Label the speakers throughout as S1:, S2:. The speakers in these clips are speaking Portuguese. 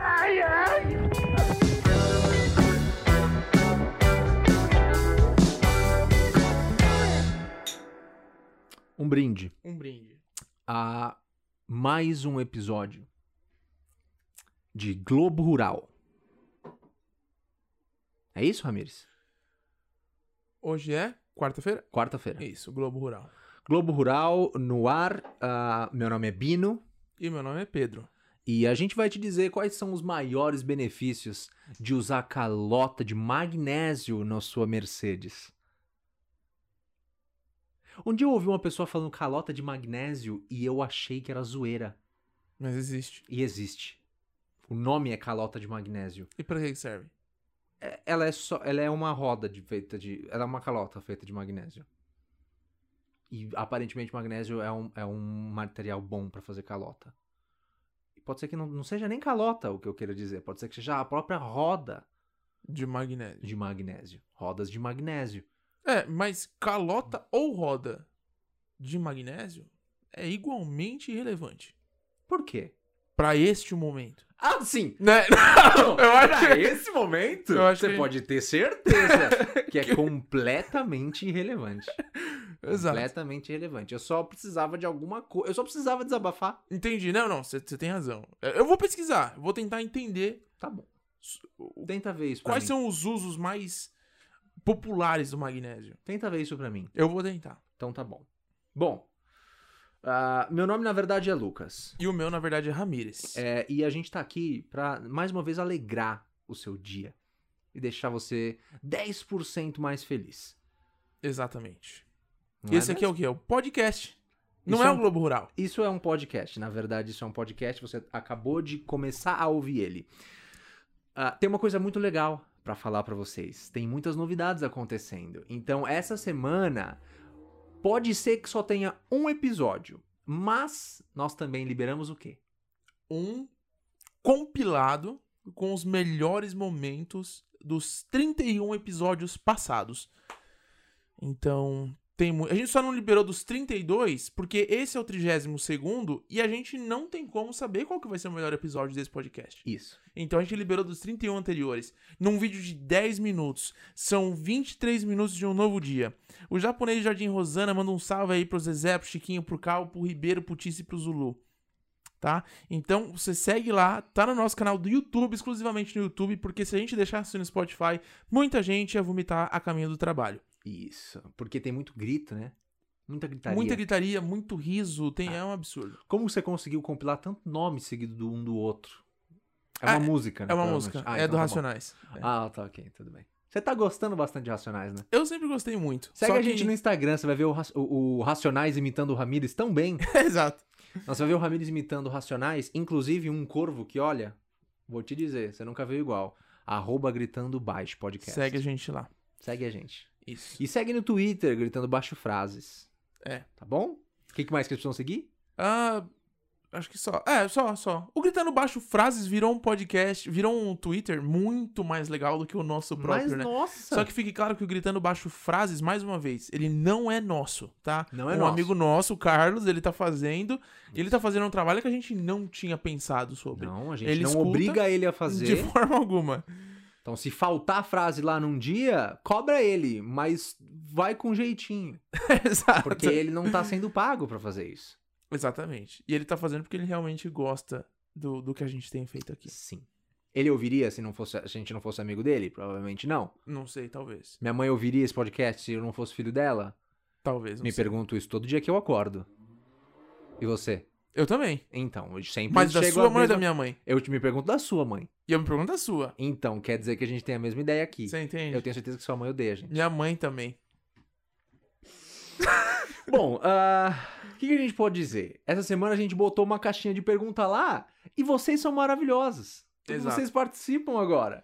S1: Ai, ai.
S2: Um brinde
S1: Um brinde.
S2: a mais um episódio de Globo Rural. É isso, Ramires?
S1: Hoje é quarta-feira?
S2: Quarta-feira.
S1: Isso, Globo Rural.
S2: Globo Rural no ar. ah, meu nome é Bino.
S1: E meu nome é Pedro.
S2: E a gente vai te dizer quais são os maiores benefícios de usar calota de magnésio na sua Mercedes. Um dia eu ouvi uma pessoa falando calota de magnésio e eu achei que era zoeira.
S1: Mas existe.
S2: E existe. O nome é calota de magnésio.
S1: E pra que que serve?
S2: É- Ela é só, ela é uma roda de- feita de, ela é uma calota feita de magnésio. E aparentemente magnésio é um, é um material bom pra fazer calota. E pode ser que não, não seja nem calota o que eu queira dizer, pode ser que seja a própria roda
S1: De magnésio.
S2: de magnésio, rodas de magnésio.
S1: É, mas calota ou roda de magnésio é igualmente irrelevante.
S2: Por quê?
S1: Pra este momento.
S2: Ah, sim.
S1: Né?
S2: Não,
S1: eu acho
S2: pra
S1: que-
S2: esse momento,
S1: Eu acho
S2: você
S1: que-
S2: pode ter certeza que é completamente irrelevante.
S1: Exato.
S2: Completamente irrelevante. Eu só precisava de alguma coisa, eu só precisava desabafar.
S1: Entendi. Não, não, você tem razão. É, Eu vou pesquisar, vou tentar entender
S2: Tá bom.
S1: o-
S2: Tenta ver isso pra
S1: quais
S2: mim.
S1: são os usos mais populares do magnésio.
S2: Tenta ver isso pra mim.
S1: Eu vou tentar.
S2: Então tá bom. Bom, ah, meu nome na verdade é Lucas.
S1: E o meu, na verdade, é Ramírez.
S2: É, e a gente tá aqui pra, mais uma vez, alegrar o seu dia. E deixar você 10% mais feliz.
S1: Exatamente.
S2: não
S1: E esse
S2: é
S1: aqui é o quê? É o podcast. Não
S2: Isso
S1: é
S2: é
S1: o
S2: um-
S1: Globo Rural.
S2: Isso é um podcast, na verdade, isso é um podcast, você acabou de começar a ouvir ele. Ah, tem uma coisa muito legal pra falar pra vocês. Tem muitas novidades acontecendo. Então, essa semana pode ser que só tenha um episódio, mas nós também liberamos o quê?
S1: Um compilado com os melhores momentos dos 31 episódios passados. Então, tem muito. A gente só não liberou dos 32, porque esse é o 32 e a gente não tem como saber qual que vai ser o melhor episódio desse podcast.
S2: Isso.
S1: Então a gente liberou dos 31 anteriores, num vídeo de 10 minutos. São 23 minutos de um novo dia. O japonês Jardim Rosana manda um salve aí pro Zezé, pro Chiquinho, pro Cal, pro Ribeiro, pro Tice e pro Zulu. Tá? Então você segue lá, tá no nosso canal do YouTube, exclusivamente no YouTube, porque se a gente deixar isso no Spotify, muita gente ia vomitar a caminho do trabalho.
S2: Isso. Porque tem muito grito, né? Muita gritaria.
S1: Muita gritaria, muito riso, tem, é um absurdo.
S2: Como você conseguiu compilar tanto nome seguido do um do outro? É uma
S1: Ah,
S2: música, né?
S1: É uma
S2: provavelmente.
S1: música,
S2: Ah,
S1: é
S2: então
S1: do
S2: tá bom.
S1: Racionais. É.
S2: Ah, tá, ok, tudo bem. Você tá gostando bastante de Racionais, né?
S1: Eu sempre gostei muito.
S2: Segue
S1: só
S2: a gente
S1: que...
S2: no Instagram, você vai ver o, Ra- o- o Racionais imitando o Ramírez tão bem.
S1: Exato.
S2: Nós vai ver o Ramírez imitando o Racionais, inclusive um corvo que, olha, vou te dizer, você nunca viu igual. Arroba Gritando Baixo Podcast.
S1: Segue a gente lá.
S2: Segue a gente.
S1: Isso.
S2: E segue no Twitter, Gritando Baixo Frases.
S1: É.
S2: Tá bom? O que, que mais que eles precisam seguir?
S1: Ah, acho que só. É, só, só. O Gritando Baixo Frases virou um podcast, virou um Twitter muito mais legal do que o nosso próprio,
S2: Mas,
S1: né?
S2: nossa!
S1: Só que fique claro que o Gritando Baixo Frases, mais uma vez, ele não é nosso, tá?
S2: Não é
S1: um
S2: nosso.
S1: amigo nosso, o Carlos, ele tá fazendo. E ele tá fazendo um trabalho que a gente não tinha pensado sobre.
S2: Não, a gente
S1: Ele
S2: não
S1: escuta
S2: obriga ele a fazer.
S1: De forma alguma.
S2: Então, se faltar a frase lá num dia, cobra ele, mas vai com jeitinho.
S1: Exato.
S2: Porque ele não tá sendo pago pra fazer isso.
S1: Exatamente. E ele tá fazendo porque ele realmente gosta do, do que a gente tem feito aqui.
S2: Sim. Ele ouviria se, não fosse, se a gente não fosse amigo dele? Provavelmente não.
S1: Não sei, talvez.
S2: Minha mãe ouviria esse podcast se eu não fosse filho dela?
S1: Talvez. Não
S2: Me
S1: sei.
S2: pergunto isso todo dia que eu acordo. E você?
S1: Eu também.
S2: Então, eu sempre
S1: Mas da
S2: chego
S1: sua
S2: à
S1: mãe ou da minha
S2: mesma-
S1: mãe?
S2: Eu te me pergunto da sua mãe.
S1: E eu me pergunto da sua.
S2: Então, quer dizer que a gente tem a mesma ideia aqui.
S1: Você entende?
S2: Eu tenho certeza que sua mãe odeia, a gente.
S1: Minha mãe também.
S2: Bom, ah, o que, que a gente pode dizer? Essa semana a gente botou uma caixinha de pergunta lá e vocês são maravilhosos. Todos
S1: Exato.
S2: Vocês participam agora.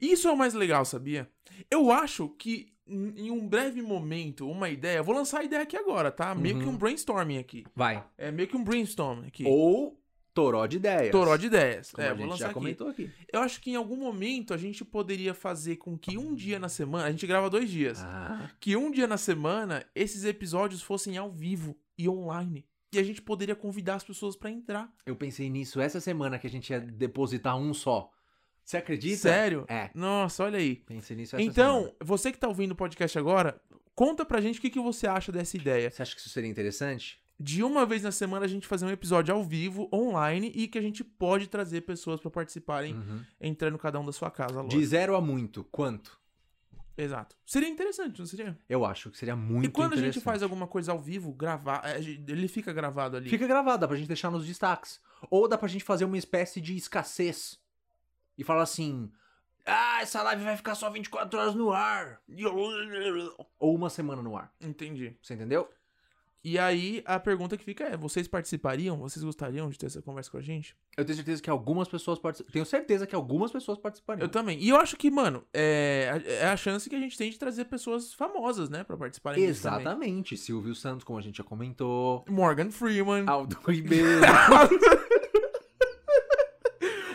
S1: Isso é o mais legal, sabia? Eu acho que em em um breve momento, uma ideia. Vou lançar a ideia aqui agora, tá? Meio
S2: Uhum.
S1: que um brainstorming aqui.
S2: Vai.
S1: É meio que um brainstorming aqui.
S2: Ou toró de ideias.
S1: Toró de ideias.
S2: Como
S1: é,
S2: a
S1: vou
S2: gente
S1: lançar
S2: já
S1: aqui.
S2: comentou aqui.
S1: Eu acho que em algum momento a gente poderia fazer com que um dia na semana. A gente grava dois dias.
S2: Ah,
S1: Que um dia na semana esses episódios fossem ao vivo e online. E a gente poderia convidar as pessoas pra entrar.
S2: Eu pensei nisso essa semana que a gente ia depositar um só. Você acredita?
S1: Sério?
S2: É.
S1: Nossa, olha aí.
S2: Pensei nisso essa
S1: Então,
S2: semana.
S1: você que tá ouvindo o podcast agora, conta pra gente o que, que você acha dessa ideia.
S2: Você acha que isso seria interessante?
S1: De uma vez na semana a gente fazer um episódio ao vivo, online, e que a gente pode trazer pessoas pra participarem,
S2: Uhum.
S1: entrando cada um da sua casa, lógico.
S2: De zero a muito, quanto?
S1: Exato. Seria interessante, não seria?
S2: Eu acho que seria muito
S1: e quando a gente
S2: interessante.
S1: faz alguma coisa ao vivo, gravar, é, a gente- ele fica gravado ali.
S2: Fica gravado, dá pra gente deixar nos destaques. Ou dá pra gente fazer uma espécie de escassez. E falar assim: Ah, essa live vai ficar só 24 horas no ar. Ou uma semana no ar.
S1: Entendi.
S2: Você entendeu?
S1: E aí a pergunta que fica é: vocês participariam? Vocês gostariam de ter essa conversa com a gente?
S2: Eu tenho certeza que algumas pessoas participam. Tenho certeza que algumas pessoas participariam.
S1: Eu também. E eu acho que, mano, é a, é a chance que a gente tem de trazer pessoas famosas, né, pra participarem disso também.
S2: Exatamente. Silvio Santos, como a gente já comentou.
S1: Morgan Freeman.
S2: Aldo Ribeiro.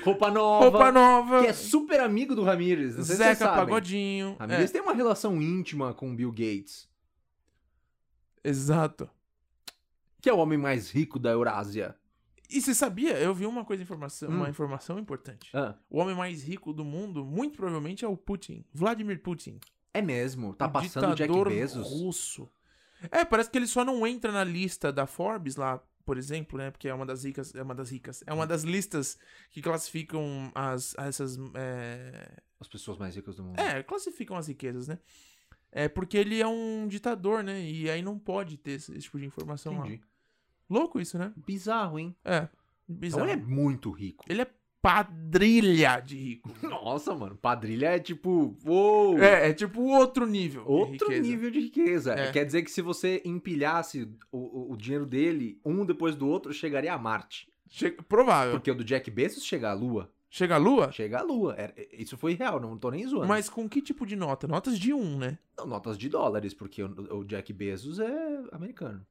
S2: Roupa nova.
S1: Roupa Nova.
S2: Que é super amigo do Ramírez. Não sei se vocês
S1: Zeca
S2: sabem.
S1: Pagodinho.
S2: Ramírez tem uma relação íntima com Bill Gates.
S1: É, exato.
S2: que é o homem mais rico da Eurásia.
S1: E você sabia? Eu vi uma coisa, informação,
S2: Hum.
S1: uma informação importante.
S2: Ah,
S1: O homem mais rico do mundo, muito provavelmente, é o Putin. Vladimir Putin.
S2: é mesmo, tá
S1: o
S2: passando Jack
S1: Um ditador
S2: Bezos.
S1: russo. É, parece que ele só não entra na lista da Forbes lá, por exemplo, né? Porque é uma das ricas, é uma das ricas, é uma das listas que classificam as essas é,
S2: As pessoas mais ricas do mundo.
S1: é, classificam as riquezas, né? É porque ele é um ditador, né? E aí não pode ter esse, esse tipo de informação lá.
S2: Entendi.
S1: Louco isso, né?
S2: Bizarro, hein?
S1: É.
S2: Então
S1: Bizarro.
S2: ele é muito rico.
S1: Ele é padrilha de rico.
S2: Nossa, mano, padrilha é tipo, uou,
S1: É, é tipo outro nível. de
S2: outro
S1: riqueza.
S2: nível de riqueza.
S1: É.
S2: Quer dizer que se você empilhasse o, o- o dinheiro dele, um depois do outro, chegaria a Marte.
S1: Chega- provável.
S2: Porque o do Jack Bezos chega à Lua.
S1: Chega a lua?
S2: Chega à Lua. Era- isso foi real, não tô nem zoando.
S1: Mas com que tipo de nota? Notas de um, né?
S2: Não, notas de dólares, porque o, o Jack Bezos é americano.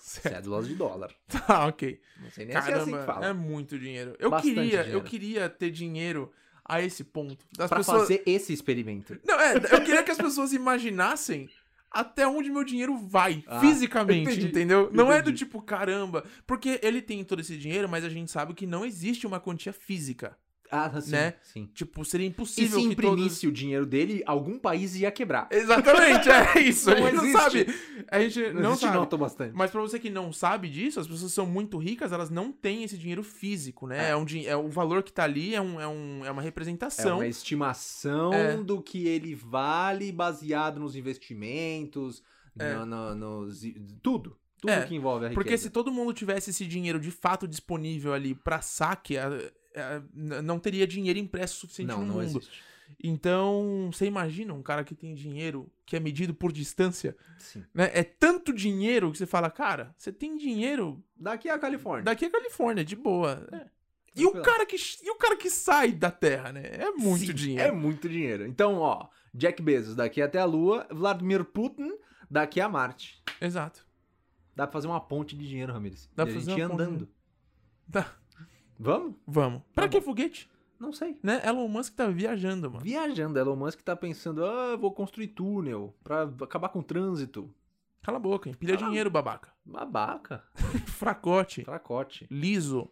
S1: Certo.
S2: Cédulas de dólar.
S1: Tá, ok.
S2: Não sei nem se é assim
S1: Caramba,
S2: que fala.
S1: é muito dinheiro. Eu
S2: Bastante
S1: queria, eu
S2: dinheiro.
S1: queria ter dinheiro a esse ponto. Das
S2: pra
S1: pessoas.
S2: fazer esse experimento.
S1: Não, é, eu queria que as pessoas imaginassem até onde meu dinheiro vai,
S2: Ah,
S1: fisicamente,
S2: entendi,
S1: entendeu? Não é do
S2: entendi.
S1: tipo, caramba, porque ele tem todo esse dinheiro, mas a gente sabe que não existe uma quantia física.
S2: Ah, sim.
S1: Né?
S2: sim.
S1: Tipo, seria
S2: E
S1: impossível
S2: se
S1: que todos...
S2: imprimisse o dinheiro dele, algum país ia quebrar.
S1: Exatamente, é isso. a
S2: Não
S1: gente não
S2: existe.
S1: sabe. A gente não,
S2: existe
S1: sabe.
S2: nota bastante.
S1: Mas pra você que não sabe disso, as pessoas são muito ricas, elas não têm esse dinheiro físico, né? É, um, din- é o valor que tá ali é, um, é, um, é uma
S2: É
S1: representação.
S2: uma estimação
S1: É.
S2: do que ele vale baseado nos investimentos,
S1: É.
S2: no- no- nos, tudo. Tudo
S1: É,
S2: que envolve a riqueza.
S1: Porque se todo mundo tivesse esse dinheiro de fato disponível ali pra saque, a- a- n- não teria dinheiro impresso suficiente
S2: não,
S1: no
S2: não
S1: um mundo.
S2: existe.
S1: Então, você imagina um cara que tem dinheiro que é medido por distância,
S2: Sim.
S1: né? É tanto dinheiro que você fala, cara, você tem dinheiro
S2: Daqui à Califórnia.
S1: daqui à Califórnia, de boa. É. E, o
S2: Tranquilo.
S1: cara que, e o cara que sai da terra, né? É muito
S2: Sim,
S1: dinheiro.
S2: É muito dinheiro. Então, ó, Jack Bezos daqui até a Lua, Vladimir Putin daqui a Marte.
S1: Exato.
S2: Dá pra fazer uma ponte de dinheiro, Ramirez.
S1: Dá
S2: E
S1: pra
S2: a
S1: fazer uma
S2: gente ia
S1: ponte de
S2: andando.
S1: Tá,
S2: Vamos?
S1: vamos. Pra
S2: Tá
S1: que foguete?
S2: Não sei.
S1: Né? Elon Musk tá viajando, mano.
S2: Viajando, Elon Musk tá pensando, ah, eu vou construir túnel pra acabar com o trânsito.
S1: Cala a boca, empilha
S2: Cala a-
S1: dinheiro, babaca.
S2: Babaca,
S1: Fracote,
S2: fracote.
S1: liso.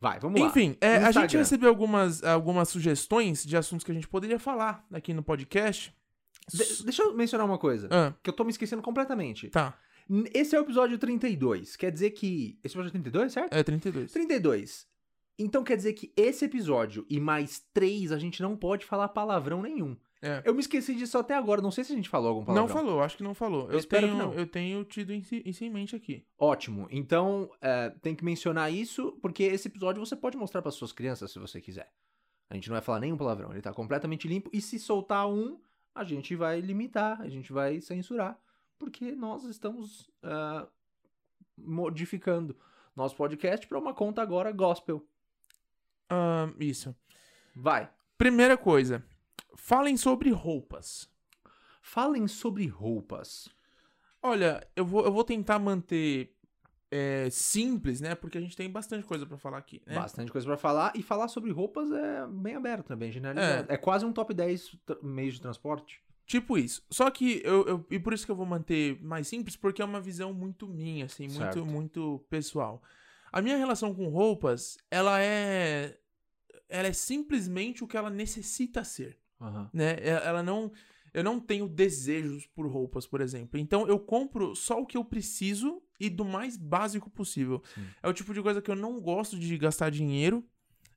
S2: Vai, vamos lá.
S1: Enfim, é, a
S2: No
S1: gente
S2: Instagram.
S1: recebeu algumas, algumas sugestões de assuntos que a gente poderia falar aqui no podcast.
S2: De- deixa eu mencionar uma coisa,
S1: Ah,
S2: que eu tô me esquecendo completamente.
S1: tá,
S2: N- Esse é o episódio 32, quer dizer que... Esse episódio é 32, certo?
S1: é 32.
S2: 32. Então quer dizer que esse episódio e mais três a gente não pode falar palavrão nenhum.
S1: É.
S2: Eu me esqueci disso até agora, não sei se a gente falou algum palavrão.
S1: Não falou, acho que não falou. Eu,
S2: espero que
S1: tenho,
S2: não.
S1: eu tenho tido isso em- isso em mente aqui.
S2: Ótimo. Então, é, tem que mencionar isso, porque esse episódio você pode mostrar para suas crianças se você quiser. A gente não vai falar nenhum palavrão, ele tá completamente limpo. E se soltar um, a gente vai limitar, a gente vai censurar, porque nós estamos ah, modificando nosso podcast para uma conta agora gospel.
S1: Ah, isso.
S2: Vai.
S1: Primeira coisa, falem sobre roupas.
S2: Falem sobre roupas.
S1: Olha, eu vou, eu vou tentar manter é, simples, né? Porque a gente tem bastante coisa pra falar aqui, né?
S2: Bastante coisa para falar. E É. falar sobre roupas é bem aberto, né? Bem generalizado. É, quase um top 10 tra- meios de transporte.
S1: Tipo isso. Só que eu, eu- E por isso que eu vou manter mais simples, porque é uma visão muito minha, assim, muito,
S2: Certo.
S1: muito pessoal. A minha relação com roupas, ela é. Ela é simplesmente o que ela necessita ser
S2: Aham.
S1: né? E- Ela não. Eu não tenho desejos por roupas, por exemplo. Então eu compro só o que eu preciso e do mais básico possível.
S2: Sim.
S1: É o tipo de coisa que eu não gosto de gastar dinheiro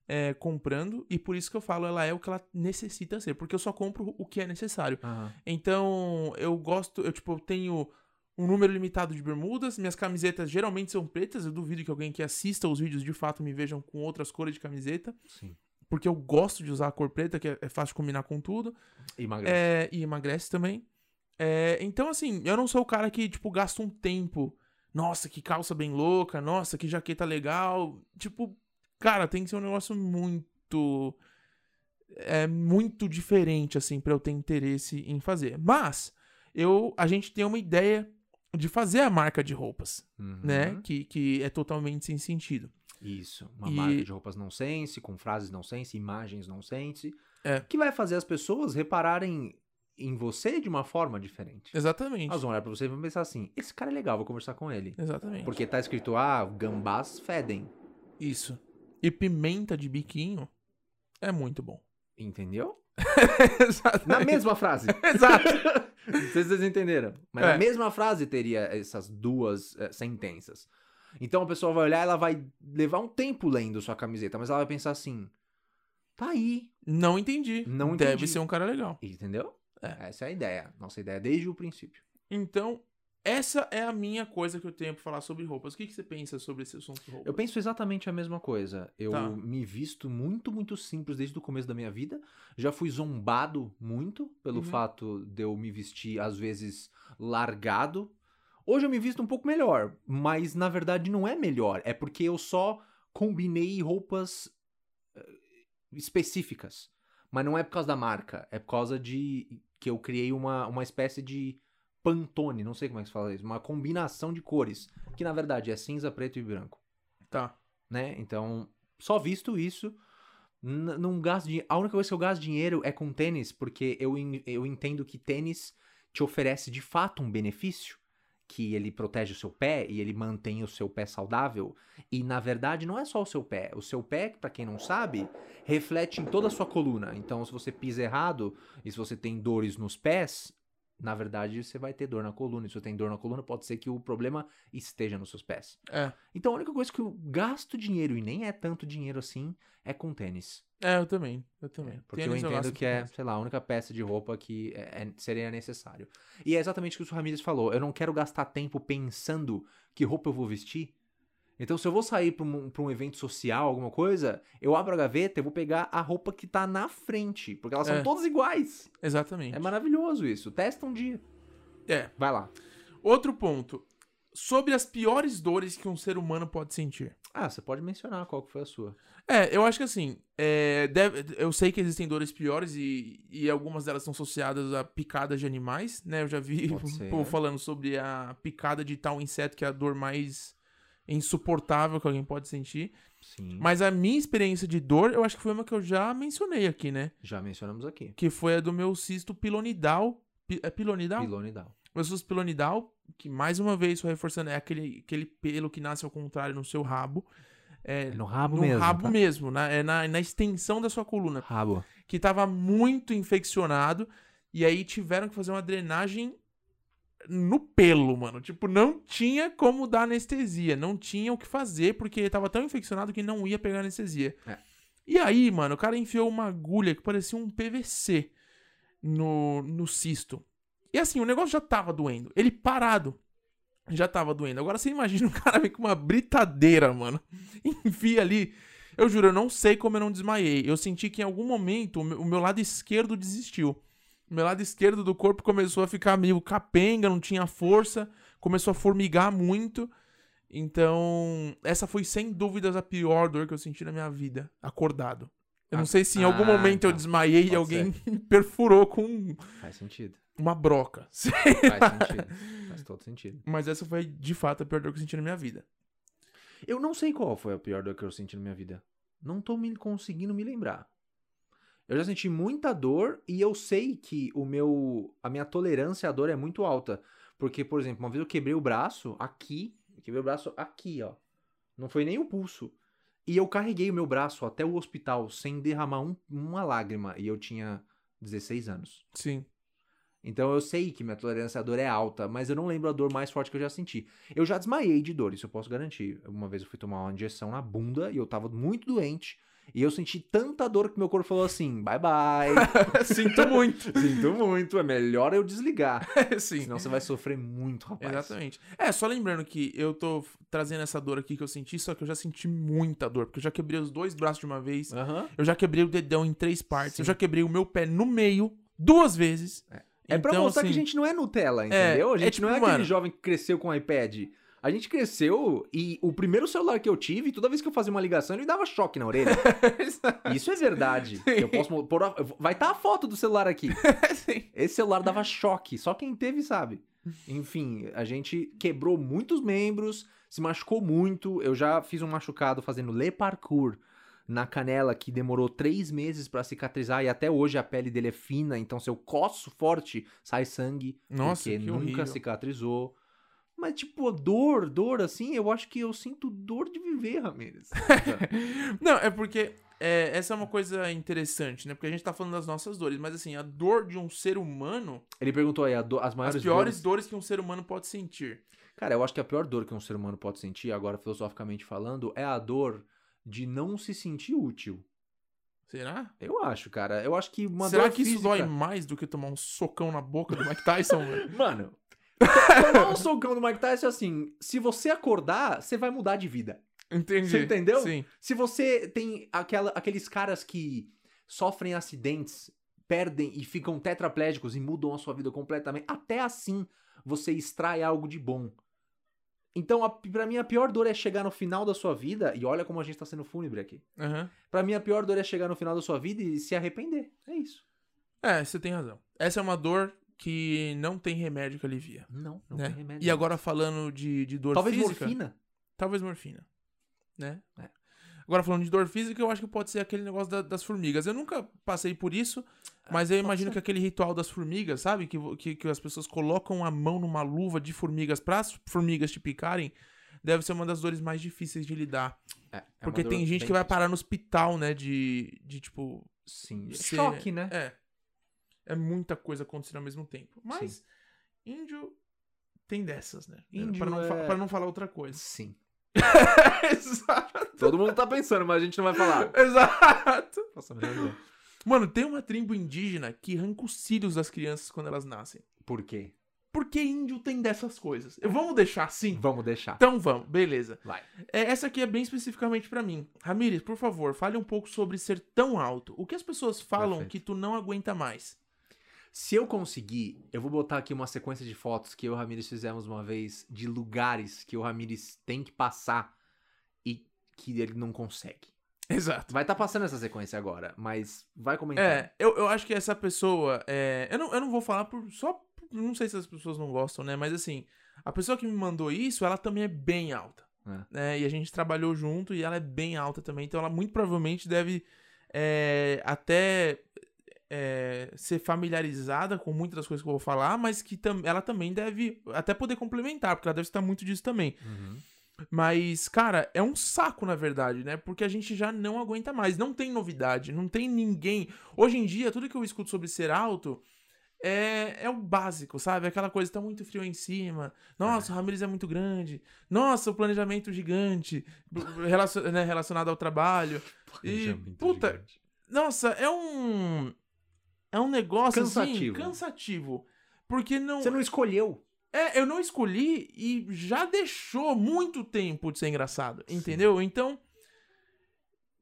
S1: é, comprando, e por isso que eu falo, ela é o que ela necessita ser, porque eu só compro o que é necessário.
S2: Aham.
S1: Então, eu gosto, eu tipo, eu tenho um número limitado de bermudas, minhas camisetas geralmente são pretas, eu duvido que alguém que assista os vídeos de fato me vejam com outras cores de camiseta,
S2: Sim.
S1: porque eu gosto de usar a cor preta, que é- é fácil de combinar com tudo.
S2: Emagrece.
S1: É, e emagrece também. É, então, assim, eu não sou o cara que, tipo, gasta um tempo. Nossa, que calça bem louca. Nossa, que jaqueta legal. Tipo, cara, tem que ser um negócio muito. É muito diferente, assim, pra eu ter interesse em fazer. Mas, eu, a gente tem uma ideia de fazer a marca de roupas,
S2: Uhum.
S1: né? Que, que é totalmente sem sentido.
S2: Isso. Uma
S1: E-
S2: marca de roupas nonsense, com frases nonsense, imagens nonsense.
S1: É.
S2: Que vai fazer as pessoas repararem em você de uma forma diferente.
S1: Exatamente.
S2: Elas vão olhar pra você e vão pensar assim: esse cara é legal, vou conversar com ele.
S1: Exatamente.
S2: Porque tá escrito, ah, gambás fedem.
S1: Isso. E pimenta de biquinho é muito bom.
S2: Entendeu?
S1: Exatamente.
S2: Na mesma frase.
S1: Exato.
S2: Não sei se vocês entenderam. Mas
S1: É.
S2: na mesma frase teria essas duas eh, sentenças. Então a pessoa vai olhar, ela vai levar um tempo lendo sua camiseta, mas ela vai pensar assim: tá aí,
S1: Não entendi.
S2: Não
S1: Deve
S2: entendi.
S1: ser um cara legal.
S2: Entendeu?
S1: É.
S2: Essa é a ideia. Nossa ideia desde o princípio.
S1: Então, essa é a minha coisa que eu tenho pra falar sobre roupas. O que, que você pensa sobre esse assunto de
S2: Eu
S1: roupas?
S2: penso exatamente a mesma coisa. Eu
S1: Tá.
S2: me visto muito, muito simples desde o começo da minha vida. Já fui zombado muito pelo
S1: Uhum.
S2: fato de eu me vestir, às vezes, largado. Hoje eu me visto um pouco melhor, mas na verdade não é melhor. É porque eu só combinei roupas eh, específicas. Mas não é por causa da marca, é por causa de que eu criei uma, uma espécie de pantone, não sei como é que se fala isso, uma combinação de cores, que na verdade é cinza, preto e branco,
S1: Tá.
S2: né? Então, só visto isso, n- não gasto dinheiro. A única coisa que eu gasto dinheiro é com tênis, porque eu, en- eu entendo que tênis te oferece de fato um benefício, que ele protege o seu pé e ele mantém o seu pé saudável. E na verdade não é só o seu pé, o seu pé, pra quem não sabe, reflete em toda a sua coluna. Então, se você pisa errado e se você tem dores nos pés, na verdade você vai ter dor na coluna. E se você tem dor na coluna, pode ser que o problema esteja nos seus pés.
S1: É.
S2: Então a única coisa que eu gasto dinheiro, e nem é tanto dinheiro assim, é com tênis.
S1: É, eu também. Eu também.
S2: Porque
S1: Tênis
S2: Hum, eu
S1: gasto
S2: entendo que é,
S1: muito.
S2: sei lá, a única peça de roupa que é- é- seria necessário. E é exatamente o que o Ramírez falou. Eu não quero gastar tempo pensando que roupa eu vou vestir. Então, se eu vou sair pra um, pra um evento social, alguma coisa, eu abro a gaveta e vou pegar a roupa que tá na frente. Porque elas
S1: É.
S2: são todas iguais.
S1: Exatamente.
S2: É maravilhoso isso. Testa um dia.
S1: É.
S2: Vai lá.
S1: Outro ponto. Sobre as piores dores que um ser humano pode sentir.
S2: Ah, você pode mencionar qual que foi a sua.
S1: É, eu acho que assim, é, deve- eu sei que existem dores piores e, e algumas delas são associadas a picadas de animais, né? Eu já vi
S2: Pode
S1: um
S2: ser.
S1: povo falando sobre a picada de tal inseto que é a dor mais insuportável que alguém pode sentir.
S2: Sim.
S1: Mas a minha experiência de dor, eu acho que foi uma que eu já mencionei aqui, né?
S2: Já mencionamos aqui.
S1: Que foi a do meu cisto pilonidal. Pi- É pilonidal?
S2: Pilonidal.
S1: Meu cisto pilonidal, que mais uma vez, só reforçando, é aquele, aquele pelo que nasce ao contrário no seu rabo. É,
S2: No rabo
S1: no
S2: mesmo.
S1: rabo
S2: tá?
S1: mesmo, na, é na, na extensão da sua coluna,
S2: Rabo.
S1: que tava muito infeccionado, e aí tiveram que fazer uma drenagem no pelo, mano. Tipo, não tinha como dar anestesia, não tinha o que fazer, porque tava tão infeccionado que não ia pegar anestesia.
S2: É.
S1: E aí, mano, o cara enfiou uma agulha que parecia um PVC no, no cisto. E assim, o negócio já tava doendo. Ele parado já tava doendo. Agora você imagina o cara vem com uma britadeira, mano. Enfia ali. Eu juro, eu não sei como eu não desmaiei. Eu senti que em algum momento o meu, o meu lado esquerdo desistiu. O meu lado esquerdo do corpo começou a ficar meio capenga, não tinha força, começou a formigar muito. Então, essa foi sem dúvidas a pior dor que eu senti na minha vida, acordado. Eu não
S2: Ah,
S1: sei se em algum
S2: ah,
S1: momento eu
S2: tá.
S1: desmaiei e
S2: Pode
S1: alguém me perfurou com um-
S2: Faz sentido.
S1: uma broca.
S2: Faz sentido. Faz todo sentido.
S1: Mas essa foi de fato a pior dor que eu senti na minha vida.
S2: Eu não sei qual foi a pior dor que eu senti na minha vida. Não tô me conseguindo me lembrar. Eu já senti muita dor e eu sei que o meu a minha tolerância à dor é muito alta, porque por exemplo, uma vez eu quebrei o braço aqui, eu quebrei o braço aqui, ó. Não foi nem o pulso. E eu carreguei o meu braço até o hospital sem derramar um- uma lágrima e eu tinha 16 anos.
S1: Sim.
S2: Então eu sei que minha tolerância à dor é alta, mas eu não lembro a dor mais forte que eu já senti. Eu já desmaiei de dor, isso eu posso garantir. Uma vez eu fui tomar uma injeção na bunda e eu tava muito doente. E eu senti tanta dor que meu corpo falou assim: bye bye.
S1: Sinto muito.
S2: Sinto muito, é melhor eu desligar.
S1: Sim.
S2: Senão você vai sofrer muito, rapaz.
S1: Exatamente. É, só lembrando que eu tô f- trazendo essa dor aqui que eu senti, só que eu já senti muita dor, porque eu já quebrei os dois braços de uma vez,
S2: Aham.
S1: eu já quebrei o dedão em três partes, eu
S2: Sim.
S1: já quebrei o meu pé no meio duas vezes.
S2: É pra
S1: Então,
S2: mostrar que a
S1: assim,
S2: gente não é Nutella, entendeu? a
S1: é
S2: gente
S1: tipo,
S2: não é aquele
S1: mano-
S2: jovem que cresceu com iPad. A gente cresceu e o primeiro celular que eu tive, toda vez que eu fazia uma ligação, ele me dava choque na orelha. Isso é verdade. Eu posso mo- pôr a- eu vou- vai estar a foto do celular aqui. Esse celular dava choque, só quem teve sabe. Enfim, a gente quebrou muitos membros, se machucou muito. Eu já fiz um machucado fazendo le parkour na canela que demorou três meses pra cicatrizar e até hoje a pele dele é fina, então se eu coço forte sai sangue
S1: Nossa,
S2: porque
S1: que
S2: nunca
S1: horrível.
S2: cicatrizou. Mas tipo dor, dor assim, eu acho que eu sinto dor de viver, Ramirez.
S1: Não, é porque é, essa é uma coisa interessante, né? Porque a gente tá falando das nossas dores, mas assim, a dor de um ser humano,
S2: Ele perguntou aí a do- as maiores
S1: as piores
S2: dores.
S1: dores que um ser humano pode sentir.
S2: Cara, eu acho que a pior dor que um ser humano pode sentir, agora filosoficamente falando, é a dor de não se sentir útil.
S1: Será?
S2: Eu acho, cara. Eu acho que uma
S1: Será
S2: dor
S1: que isso
S2: física...
S1: dói mais do que tomar um socão na boca do Mike Tyson, velho?
S2: Mano, tomar um socão do Mike Tyson é assim, se você acordar, você vai mudar de vida.
S1: Entendi.
S2: Você entendeu?
S1: Sim.
S2: Se você tem aquela- aqueles caras que sofrem acidentes, perdem e ficam tetraplégicos e mudam a sua vida completamente, até assim você extrai algo de bom. Então, a, pra mim, a pior dor é chegar no final da sua vida, e olha como a gente tá sendo fúnebre aqui.
S1: Aham.
S2: Pra mim, a pior dor é chegar no final da sua vida e se arrepender. É isso.
S1: É, você tem razão. Essa é uma dor que não tem remédio que alivia.
S2: Não, não
S1: né?
S2: tem remédio.
S1: E agora falando de, de dor
S2: Talvez
S1: física.
S2: morfina.
S1: Talvez morfina. Né?
S2: É.
S1: Agora falando de dor física, eu acho que pode ser aquele negócio da- das formigas. Eu nunca passei por isso, mas eu imagino
S2: Ah, ser.
S1: que aquele ritual das formigas, sabe? Que, vo- que, que as pessoas colocam a mão numa luva de formigas pra as formigas te picarem. Deve ser uma das dores mais difíceis de lidar.
S2: É,
S1: porque tem gente que vai parar no hospital, né? De, de tipo,
S2: Sim.
S1: Ser-
S2: Choque, né?
S1: É. É muita coisa acontecendo ao mesmo tempo. Mas índio tem dessas, né?
S2: Índio
S1: pra, não fa-
S2: é-
S1: pra não falar outra coisa.
S2: Sim.
S1: Exato.
S2: Todo mundo tá pensando, mas a gente não vai falar.
S1: Exato.
S2: Nossa, melhor ideia.
S1: Mano, tem uma tribo indígena que arranca os cílios das crianças quando elas nascem.
S2: Por quê?
S1: Por que índio tem dessas coisas? Eu- Vamos deixar assim?
S2: Vamos deixar.
S1: Então vamos, beleza.
S2: Vai.
S1: É, essa aqui é bem especificamente pra mim. Ramires, por favor, fale um pouco sobre ser tão alto. O que as pessoas falam
S2: Perfeito.
S1: que tu não aguenta mais?
S2: Se eu conseguir, eu vou botar aqui uma sequência de fotos que eu e o Ramires fizemos uma vez de lugares que o Ramires tem que passar e que ele não consegue.
S1: Exato.
S2: Vai estar passando essa sequência agora, mas vai comentar.
S1: É, eu, eu acho que essa pessoa. é, eu, não, eu não vou falar por. Só. por- Não sei se as pessoas não gostam, né? Mas assim, a pessoa que me mandou isso, ela também é bem alta.
S2: É.
S1: Né? E a gente trabalhou junto e ela é bem alta também. Então ela muito provavelmente deve é, até é, ser familiarizada com muitas das coisas que eu vou falar, mas que tam, ela também deve até poder complementar, porque ela deve estar muito disso também.
S2: Uhum.
S1: Mas, cara, é um saco, na verdade, né? Porque a gente já não aguenta mais. Não tem novidade, não tem ninguém. Hoje em dia, tudo que eu escuto sobre ser alto é, é o básico, sabe? Aquela coisa, tá muito frio aí em cima. Nossa, o Ramirez é muito grande. Nossa, o planejamento gigante b- b- relacion- né, relacionado ao trabalho. E, puta,
S2: gigante.
S1: Nossa, é um... É um negócio,
S2: Cansativo.
S1: assim, cansativo. Porque não...
S2: Você não escolheu.
S1: É, eu não escolhi e já deixou muito tempo de ser engraçado,
S2: Sim.
S1: entendeu? Então,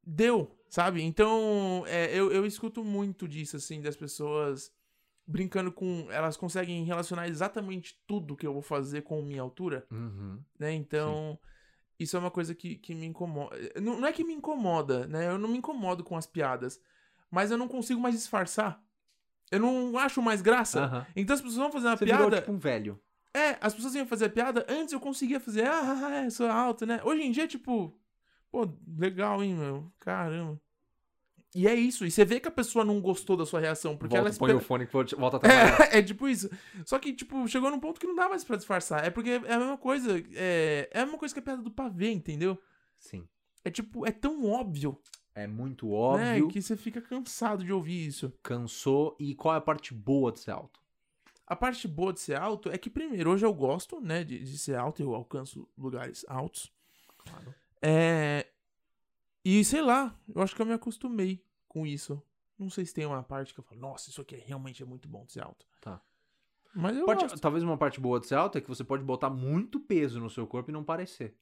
S1: deu, sabe? Então, é, eu, eu escuto muito disso, assim, das pessoas brincando com... Elas conseguem relacionar exatamente tudo que eu vou fazer com minha altura,
S2: Uhum.
S1: né? Então, isso é uma coisa que, que me incomoda. Não, não é que me incomoda, né? Eu não me incomodo com as piadas, mas eu não consigo mais disfarçar. Eu não acho mais graça.
S2: Aham.
S1: Então as pessoas vão fazer uma
S2: Ah. Você
S1: piada...
S2: virou tipo um velho.
S1: É, as pessoas iam fazer a piada, antes eu conseguia fazer, ah, ah, ah, é, sou alto, né? Hoje em dia, tipo, pô, legal, hein, meu? Caramba. E é isso. E você vê que a pessoa não gostou da sua reação, porque
S2: volta,
S1: ela
S2: põe o
S1: espera...
S2: fone que volta volta a trabalhar.
S1: É, é tipo isso. Só que, tipo, chegou num ponto que não dá mais pra disfarçar. É porque é a mesma coisa. É, é a mesma coisa que a piada do pavê, entendeu?
S2: Sim.
S1: É tipo, é tão óbvio,
S2: É muito
S1: né,
S2: óbvio,
S1: Que você fica cansado de ouvir isso.
S2: cansou. E qual é a parte boa de ser alto?
S1: A parte boa de ser alto é que, primeiro, hoje eu gosto, né, de, de ser alto, eu alcanço lugares altos.
S2: Claro.
S1: É. E sei lá, eu acho que eu me acostumei com isso. Não sei se tem uma parte que eu falo, nossa, isso aqui é- realmente é muito bom de ser alto.
S2: Tá.
S1: Mas eu
S2: Parte-
S1: gosto.
S2: talvez uma parte boa de ser alto é que você pode botar muito peso no seu corpo e não parecer.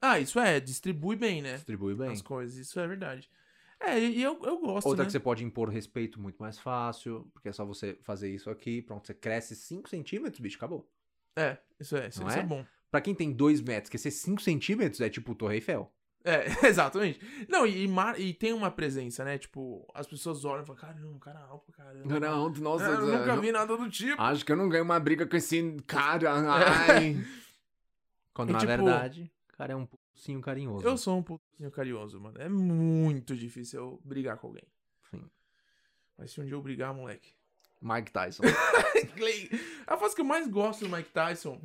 S1: Ah, isso é, distribui bem, né?
S2: Distribui bem.
S1: As coisas, isso é verdade. É, e eu, eu gosto,
S2: Outra
S1: né?
S2: que você pode impor respeito muito mais fácil, porque é só você fazer isso aqui, pronto, você cresce 5 centímetros, bicho, acabou.
S1: É, isso é, isso,
S2: Não
S1: isso é
S2: é?
S1: bom.
S2: Pra quem tem 2 metros, crescer 5 centímetros é tipo Torre Eiffel.
S1: É, exatamente. Não, e, e mar- e tem uma presença, né? Tipo, as pessoas olham e falam, caramba, o cara é alto pra caramba.
S2: nossa,
S1: É, eu nunca vi nada do tipo.
S2: acho que eu não ganho uma briga com esse cara, ai. Quando
S1: E,
S2: na
S1: tipo,
S2: verdade, o cara é um pouquinho carinhoso.
S1: Eu sou um putinho carinhoso, mano. É muito difícil eu brigar com alguém.
S2: Sim.
S1: Mas se um dia eu brigar, moleque.
S2: Mike Tyson.
S1: Clay. A frase que eu mais gosto do Mike Tyson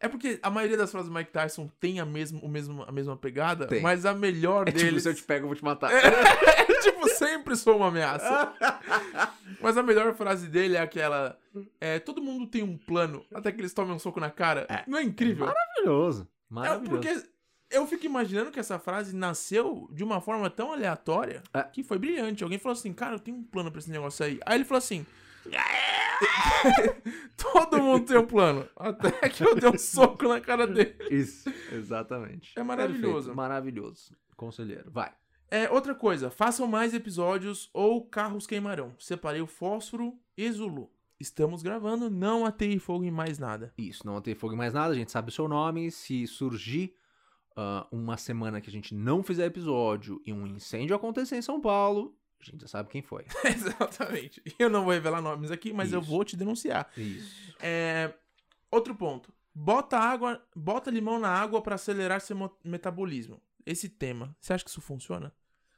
S1: é porque a maioria das frases do Mike Tyson tem a, mesmo, o mesmo, a mesma pegada,
S2: Tem.
S1: mas a melhor
S2: É tipo,
S1: deles.
S2: se eu te pego, eu vou te matar.
S1: É tipo, sempre sou uma ameaça. Mas a melhor frase dele é aquela: é, todo mundo tem um plano até que eles tomem um soco na cara.
S2: É.
S1: Não é incrível?
S2: Maravilhoso.
S1: É
S2: Maravilhoso.
S1: porque eu fico imaginando que essa frase nasceu de uma forma tão aleatória
S2: É.
S1: que foi brilhante. Alguém falou assim, cara, eu tenho um plano pra esse negócio aí. Aí ele falou assim. "É." Todo mundo tem um plano. Até que eu dei um soco na cara dele.
S2: Isso, exatamente.
S1: É maravilhoso.
S2: Perfeito, Maravilhoso. Conselheiro, vai.
S1: É, outra coisa, façam mais episódios ou carros queimarão. Separei o fósforo e Zulu. Estamos gravando, não atei fogo em mais nada.
S2: Isso, não tem fogo em mais nada, a gente sabe o seu nome. Se surgir ah, uma semana que a gente não fizer episódio e um incêndio acontecer em São Paulo, a gente já sabe quem foi.
S1: Exatamente. Eu não vou revelar nomes aqui, mas eu
S2: Isso.
S1: vou te denunciar.
S2: Isso.
S1: É, outro ponto. Bota água, bota limão na água pra acelerar seu mo- metabolismo. Esse tema, você acha que isso funciona?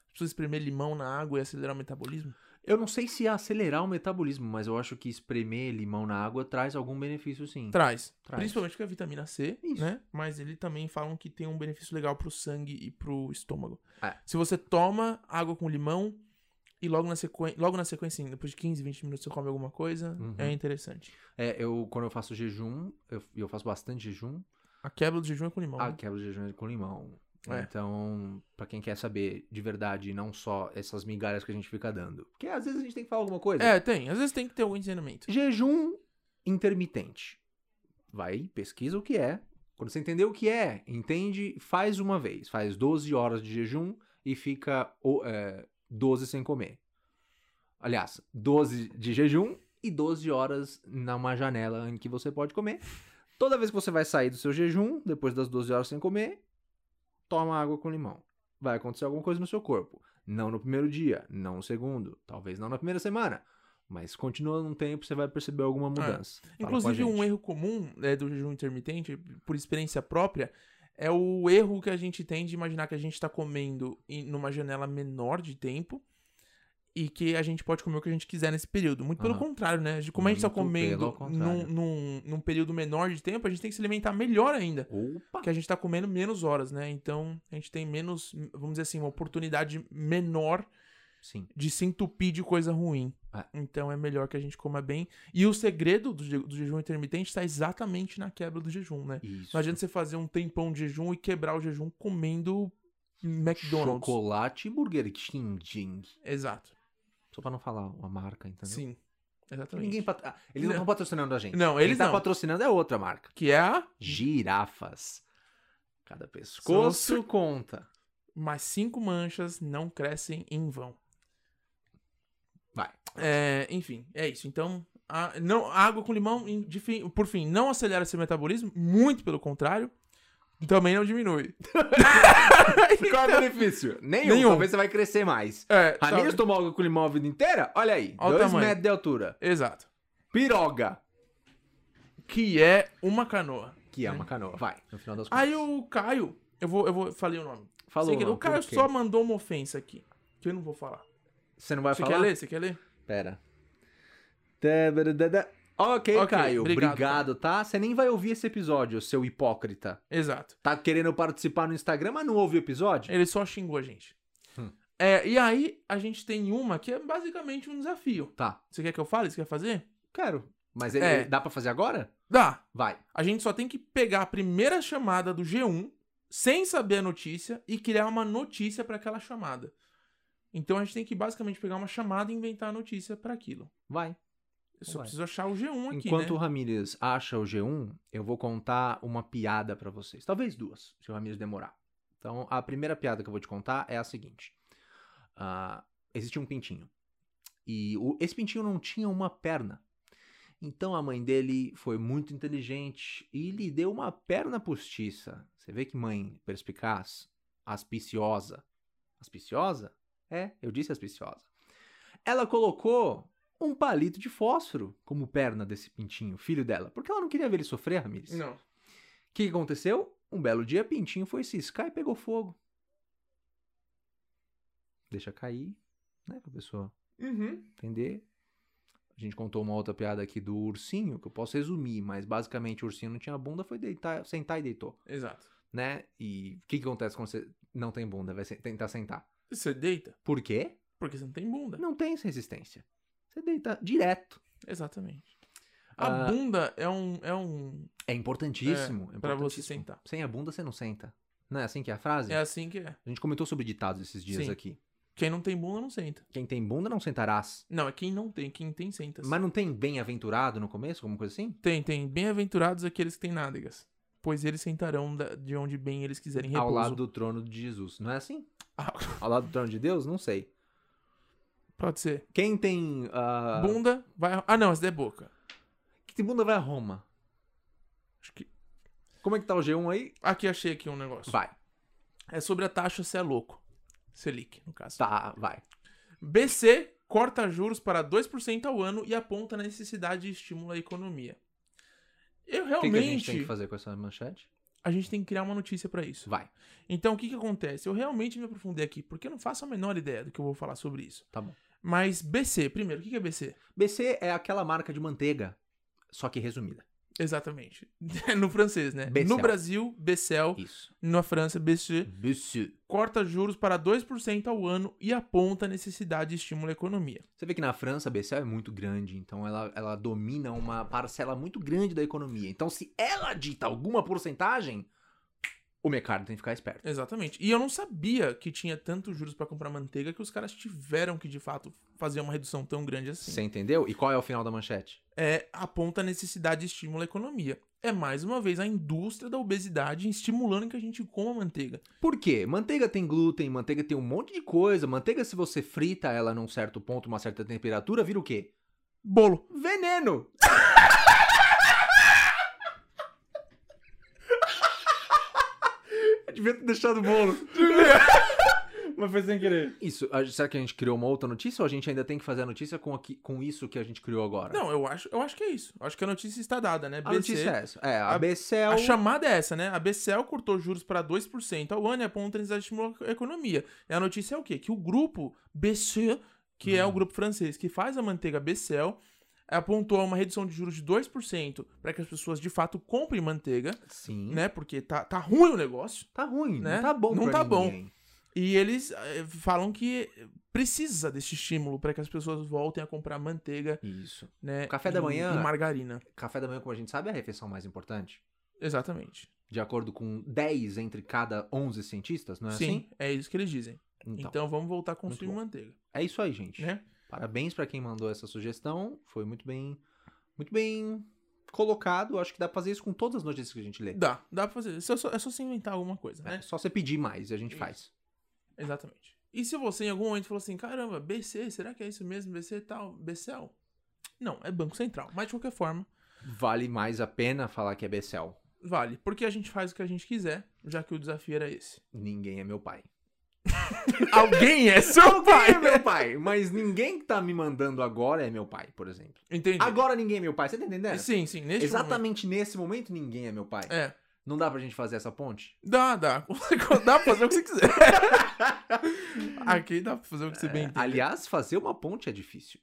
S1: As pessoas espremer limão na água e acelerar o metabolismo?
S2: Eu não sei se ia acelerar o metabolismo, mas eu acho que espremer limão na água traz algum benefício sim.
S1: Traz.
S2: Traz.
S1: Principalmente porque a vitamina C,
S2: Isso.
S1: né? Mas ele também falam que tem um benefício legal pro sangue e pro estômago.
S2: É.
S1: Se você toma água com limão e logo na sequência, logo na sequência, sim, depois de 15, 20 minutos você come alguma coisa,
S2: Uhum.
S1: é interessante.
S2: É, eu, quando eu faço jejum, eu, eu faço bastante jejum,
S1: A quebra do jejum é com limão.
S2: Ah,
S1: né?
S2: quebra o jejum com limão.
S1: É.
S2: Então, pra quem quer saber de verdade, não só essas migalhas que a gente fica dando. Porque às vezes a gente tem que falar alguma coisa.
S1: É, tem. Às vezes tem que ter algum ensinamento.
S2: Jejum intermitente. Vai, pesquisa o que é. Quando você entender o que é, entende, faz uma vez. Faz 12 horas de jejum e fica o- é, 12 sem comer. Aliás, 12 de jejum e 12 horas numa janela em que você pode comer. Toda vez que você vai sair do seu jejum, depois das 12 horas sem comer, toma água com limão. Vai acontecer alguma coisa no seu corpo. Não no primeiro dia, não no segundo, talvez não na primeira semana. Mas continuando um tempo, você vai perceber alguma mudança. Fala com a
S1: É. Inclusive, um
S2: gente.
S1: erro comum né, do jejum intermitente, por experiência própria, é o erro que a gente tem de imaginar que a gente está comendo em numa janela menor de tempo e que a gente pode comer o que a gente quiser nesse período. Muito pelo
S2: Aham.
S1: contrário, né? Como a gente está
S2: Muito pelo
S1: comendo num,
S2: contrário.
S1: num, num período menor de tempo, a gente tem que se alimentar melhor ainda.
S2: Opa!
S1: Que a gente tá comendo menos horas, né? Então a gente tem menos, vamos dizer assim, uma oportunidade menor
S2: Sim.
S1: de se entupir de coisa ruim.
S2: É.
S1: Então é melhor que a gente coma bem. E o segredo do, je- do jejum intermitente está exatamente na quebra do jejum, né?
S2: Isso.
S1: Não adianta você fazer um tempão de jejum e quebrar o jejum comendo McDonald's.
S2: Chocolate e Burger King.
S1: Exato.
S2: Só pra não falar uma marca, entendeu?
S1: Sim. Exatamente.
S2: Ninguém pat... ah, Eles não
S1: Não.
S2: estão patrocinando a gente.
S1: Não,
S2: Quem
S1: eles
S2: tá
S1: não.
S2: patrocinando é outra marca.
S1: Que é a
S2: Girafas. Cada pescoço
S1: São-
S2: conta.
S1: mais cinco manchas não crescem em vão.
S2: Vai.
S1: É, enfim, é isso. Então, a, não, a água com limão, em- de fim- por fim, não acelera seu metabolismo, muito pelo contrário. Também não diminui.
S2: Qual é o benefício? Nenhum.
S1: Nenhum.
S2: Talvez você vai crescer mais.
S1: É, tá-
S2: Ramirez tomou água com limão a vida inteira? Olha aí.
S1: Olha o
S2: dois
S1: tamanho.
S2: metros de altura.
S1: Exato.
S2: Piroga.
S1: que é uma canoa.
S2: Que é uma canoa. Vai. No final das contas.
S1: Aí o Caio, eu vou, eu vou falei o nome.
S2: Falou,
S1: Sem querer,
S2: mano,
S1: o Caio
S2: por quê?
S1: só mandou uma ofensa aqui, que eu não vou falar.
S2: Você não vai
S1: Você
S2: falar?
S1: quer ler? Você quer ler?
S2: Pera. Tá, bada, da, da. Ok,
S1: Ok,
S2: Caio.
S1: obrigado,
S2: Obrigado, tá? Você nem vai ouvir esse episódio, seu hipócrita.
S1: Exato.
S2: Tá querendo participar no Instagram, mas não ouve o episódio?
S1: Ele só xingou a gente.
S2: Hum.
S1: É, e aí, a gente tem uma que é basicamente um desafio.
S2: Tá,
S1: Você quer que eu fale? Você quer fazer?
S2: quero. Mas ele,
S1: É.
S2: ele- dá pra fazer agora?
S1: Dá.
S2: Vai.
S1: A gente só tem que pegar a primeira chamada do G1, sem saber a notícia, e criar uma notícia pra aquela chamada. Então a gente tem que basicamente pegar uma chamada e inventar a notícia pra aquilo.
S2: Vai.
S1: Eu só
S2: Ué.
S1: preciso achar o G1 aqui,
S2: Enquanto o
S1: né?
S2: Ramírez acha o G1, eu vou contar uma piada pra vocês. Talvez duas, se o Ramírez demorar. Então, a primeira piada que eu vou te contar é a seguinte: Ah, existia um pintinho. E o- esse pintinho não tinha uma perna. Então a mãe dele foi muito inteligente e lhe deu uma perna postiça. Você vê que mãe perspicaz, aspiciosa. Aspiciosa? É, eu disse aspiciosa. Ela colocou um palito de fósforo como perna desse pintinho, filho dela, porque ela não queria ver ele sofrer, Ramires. O
S1: Não.
S2: que que aconteceu? Um belo dia, pintinho foi ciscar e pegou fogo. Deixa cair, né, pra pessoa
S1: Uhum.
S2: entender. A gente contou uma outra piada aqui do ursinho, que eu posso resumir, mas basicamente o ursinho não tinha bunda, foi deitar, sentar e deitou,
S1: Exato.
S2: né? E o que, que acontece quando você não tem bunda? Vai se- tentar sentar.
S1: Você deita,
S2: Por quê?
S1: porque você não tem bunda.
S2: Não tem essa resistência. Você deita direto.
S1: Exatamente. A
S2: Ah.
S1: bunda é um, é um.
S2: É importantíssimo. É,
S1: pra
S2: importantíssimo.
S1: você sentar.
S2: Sem a bunda você não senta. Não é assim que é a frase?
S1: É assim que é.
S2: A gente comentou sobre ditados esses dias
S1: Sim.
S2: aqui.
S1: Quem não tem bunda não senta.
S2: Quem tem bunda não sentarás.
S1: Não, é quem não tem. Quem tem, senta.
S2: Mas não tem bem-aventurado no começo, alguma coisa assim?
S1: Tem, tem. Bem-aventurados aqueles que têm nádegas, pois eles sentarão da- de onde bem eles quiserem repouso.
S2: Ao lado do trono de Jesus. Não é assim?
S1: Ah.
S2: Ao lado do trono de Deus? Não sei.
S1: Pode ser.
S2: Quem tem. ah,
S1: Bunda vai. Ah, não, essa daí é boca.
S2: Que tem bunda vai a Roma.
S1: Acho que.
S2: Como é que tá o G1 aí?
S1: Aqui achei aqui um negócio.
S2: Vai.
S1: É sobre a taxa se é louco. Selic, no caso.
S2: Tá, vai.
S1: BC corta juros para 2% ao ano e aponta a necessidade de estímulo à economia. Eu
S2: O que, que a
S1: realmente.
S2: gente tem que fazer com essa manchete?
S1: a gente tem que criar uma notícia pra isso.
S2: Vai.
S1: Então, o que que acontece? Eu realmente me aprofundei aqui, porque eu não faço a menor ideia do que eu vou falar sobre isso.
S2: Tá bom.
S1: Mas BC, primeiro, o que que é BC?
S2: BC é aquela marca de manteiga, só que resumida.
S1: Exatamente. no francês, né?
S2: Becel.
S1: No Brasil, Becel.
S2: Isso.
S1: Na França, BC.
S2: BC.
S1: Corta juros para 2% ao ano e aponta a necessidade de estímulo à economia.
S2: Você vê que na França a BCE é muito grande, então ela, ela domina uma parcela muito grande da economia. Então, se ela dita alguma porcentagem, o mercado tem que ficar esperto.
S1: Exatamente. E eu não sabia que tinha tantos juros pra comprar manteiga que os caras tiveram que, de fato, fazer uma redução tão grande assim.
S2: Você entendeu? E qual é o final da manchete?
S1: é, aponta a necessidade de estímulo à economia. É mais uma vez a indústria da obesidade estimulando que a gente coma manteiga.
S2: Por quê? Manteiga tem glúten, manteiga tem um monte de coisa. Manteiga, se você frita ela num certo ponto, uma certa temperatura, vira o quê?
S1: Bolo.
S2: Veneno! Eu devia ter deixado o bolo.
S1: Mas foi sem querer.
S2: Isso, a- será que a gente criou uma outra notícia ou a gente ainda tem que fazer a notícia com, aqui, com isso que a gente criou agora?
S1: Não, eu acho, eu acho que é isso. Eu acho que a notícia está dada, né?
S2: a notícia é essa. É, a,
S1: a-
S2: BCL.
S1: A chamada é essa, né? A BCL cortou juros para 2% ao ano e aponta a necessidade de estimular a economia. E a notícia é o quê? Que o grupo BC, que
S2: Hum.
S1: é o grupo francês que faz a manteiga BCL, apontou uma redução de juros de 2% para que as pessoas de fato comprem manteiga,
S2: Sim.
S1: né? Porque tá, tá ruim o negócio.
S2: Tá ruim,
S1: Né?
S2: não tá bom
S1: Não
S2: pra
S1: tá bom.
S2: ninguém.
S1: E eles eh, falam que precisa desse estímulo para que as pessoas voltem a comprar manteiga,
S2: Isso.
S1: né?
S2: Café da
S1: e-
S2: manhã.
S1: E margarina.
S2: Café da manhã, como a gente sabe, é a refeição mais importante.
S1: Exatamente.
S2: De acordo com 10 entre cada 11 cientistas, não é
S1: Sim,
S2: assim?
S1: é isso que eles dizem. Então,
S2: Então,
S1: vamos voltar a
S2: muito
S1: consumir
S2: bom.
S1: manteiga,
S2: é isso aí, gente.
S1: né?
S2: Parabéns pra quem mandou essa sugestão. Foi muito bem. Muito bem colocado. Acho que dá pra fazer isso com todas as notícias que a gente lê.
S1: Dá, dá pra fazer. É só, é só se inventar alguma coisa,
S2: É
S1: né?
S2: só você pedir mais e a gente
S1: Isso.
S2: faz. É.
S1: Exatamente. E se você em algum momento falou assim, caramba, BC, será que é isso mesmo? BC e tal, BCL? Não, é Banco Central. Mas de qualquer forma,
S2: Vale mais a pena falar que é BCL.
S1: vale. Porque a gente faz o que a gente quiser, já que o desafio era esse.
S2: Ninguém é meu pai.
S1: Alguém é seu
S2: Ninguém é meu pai, mas ninguém que tá me mandando agora é meu pai, por exemplo.
S1: Entendi.
S2: Agora ninguém é meu pai, você tá entendendo?
S1: Sim, sim, neste momento.
S2: Exatamente nesse momento ninguém é meu pai.
S1: É.
S2: Não dá pra gente fazer essa ponte?
S1: Dá, dá. dá pra fazer o que você quiser. Aqui dá pra fazer o que você
S2: É,
S1: bem entende.
S2: Aliás, fazer uma ponte é difícil.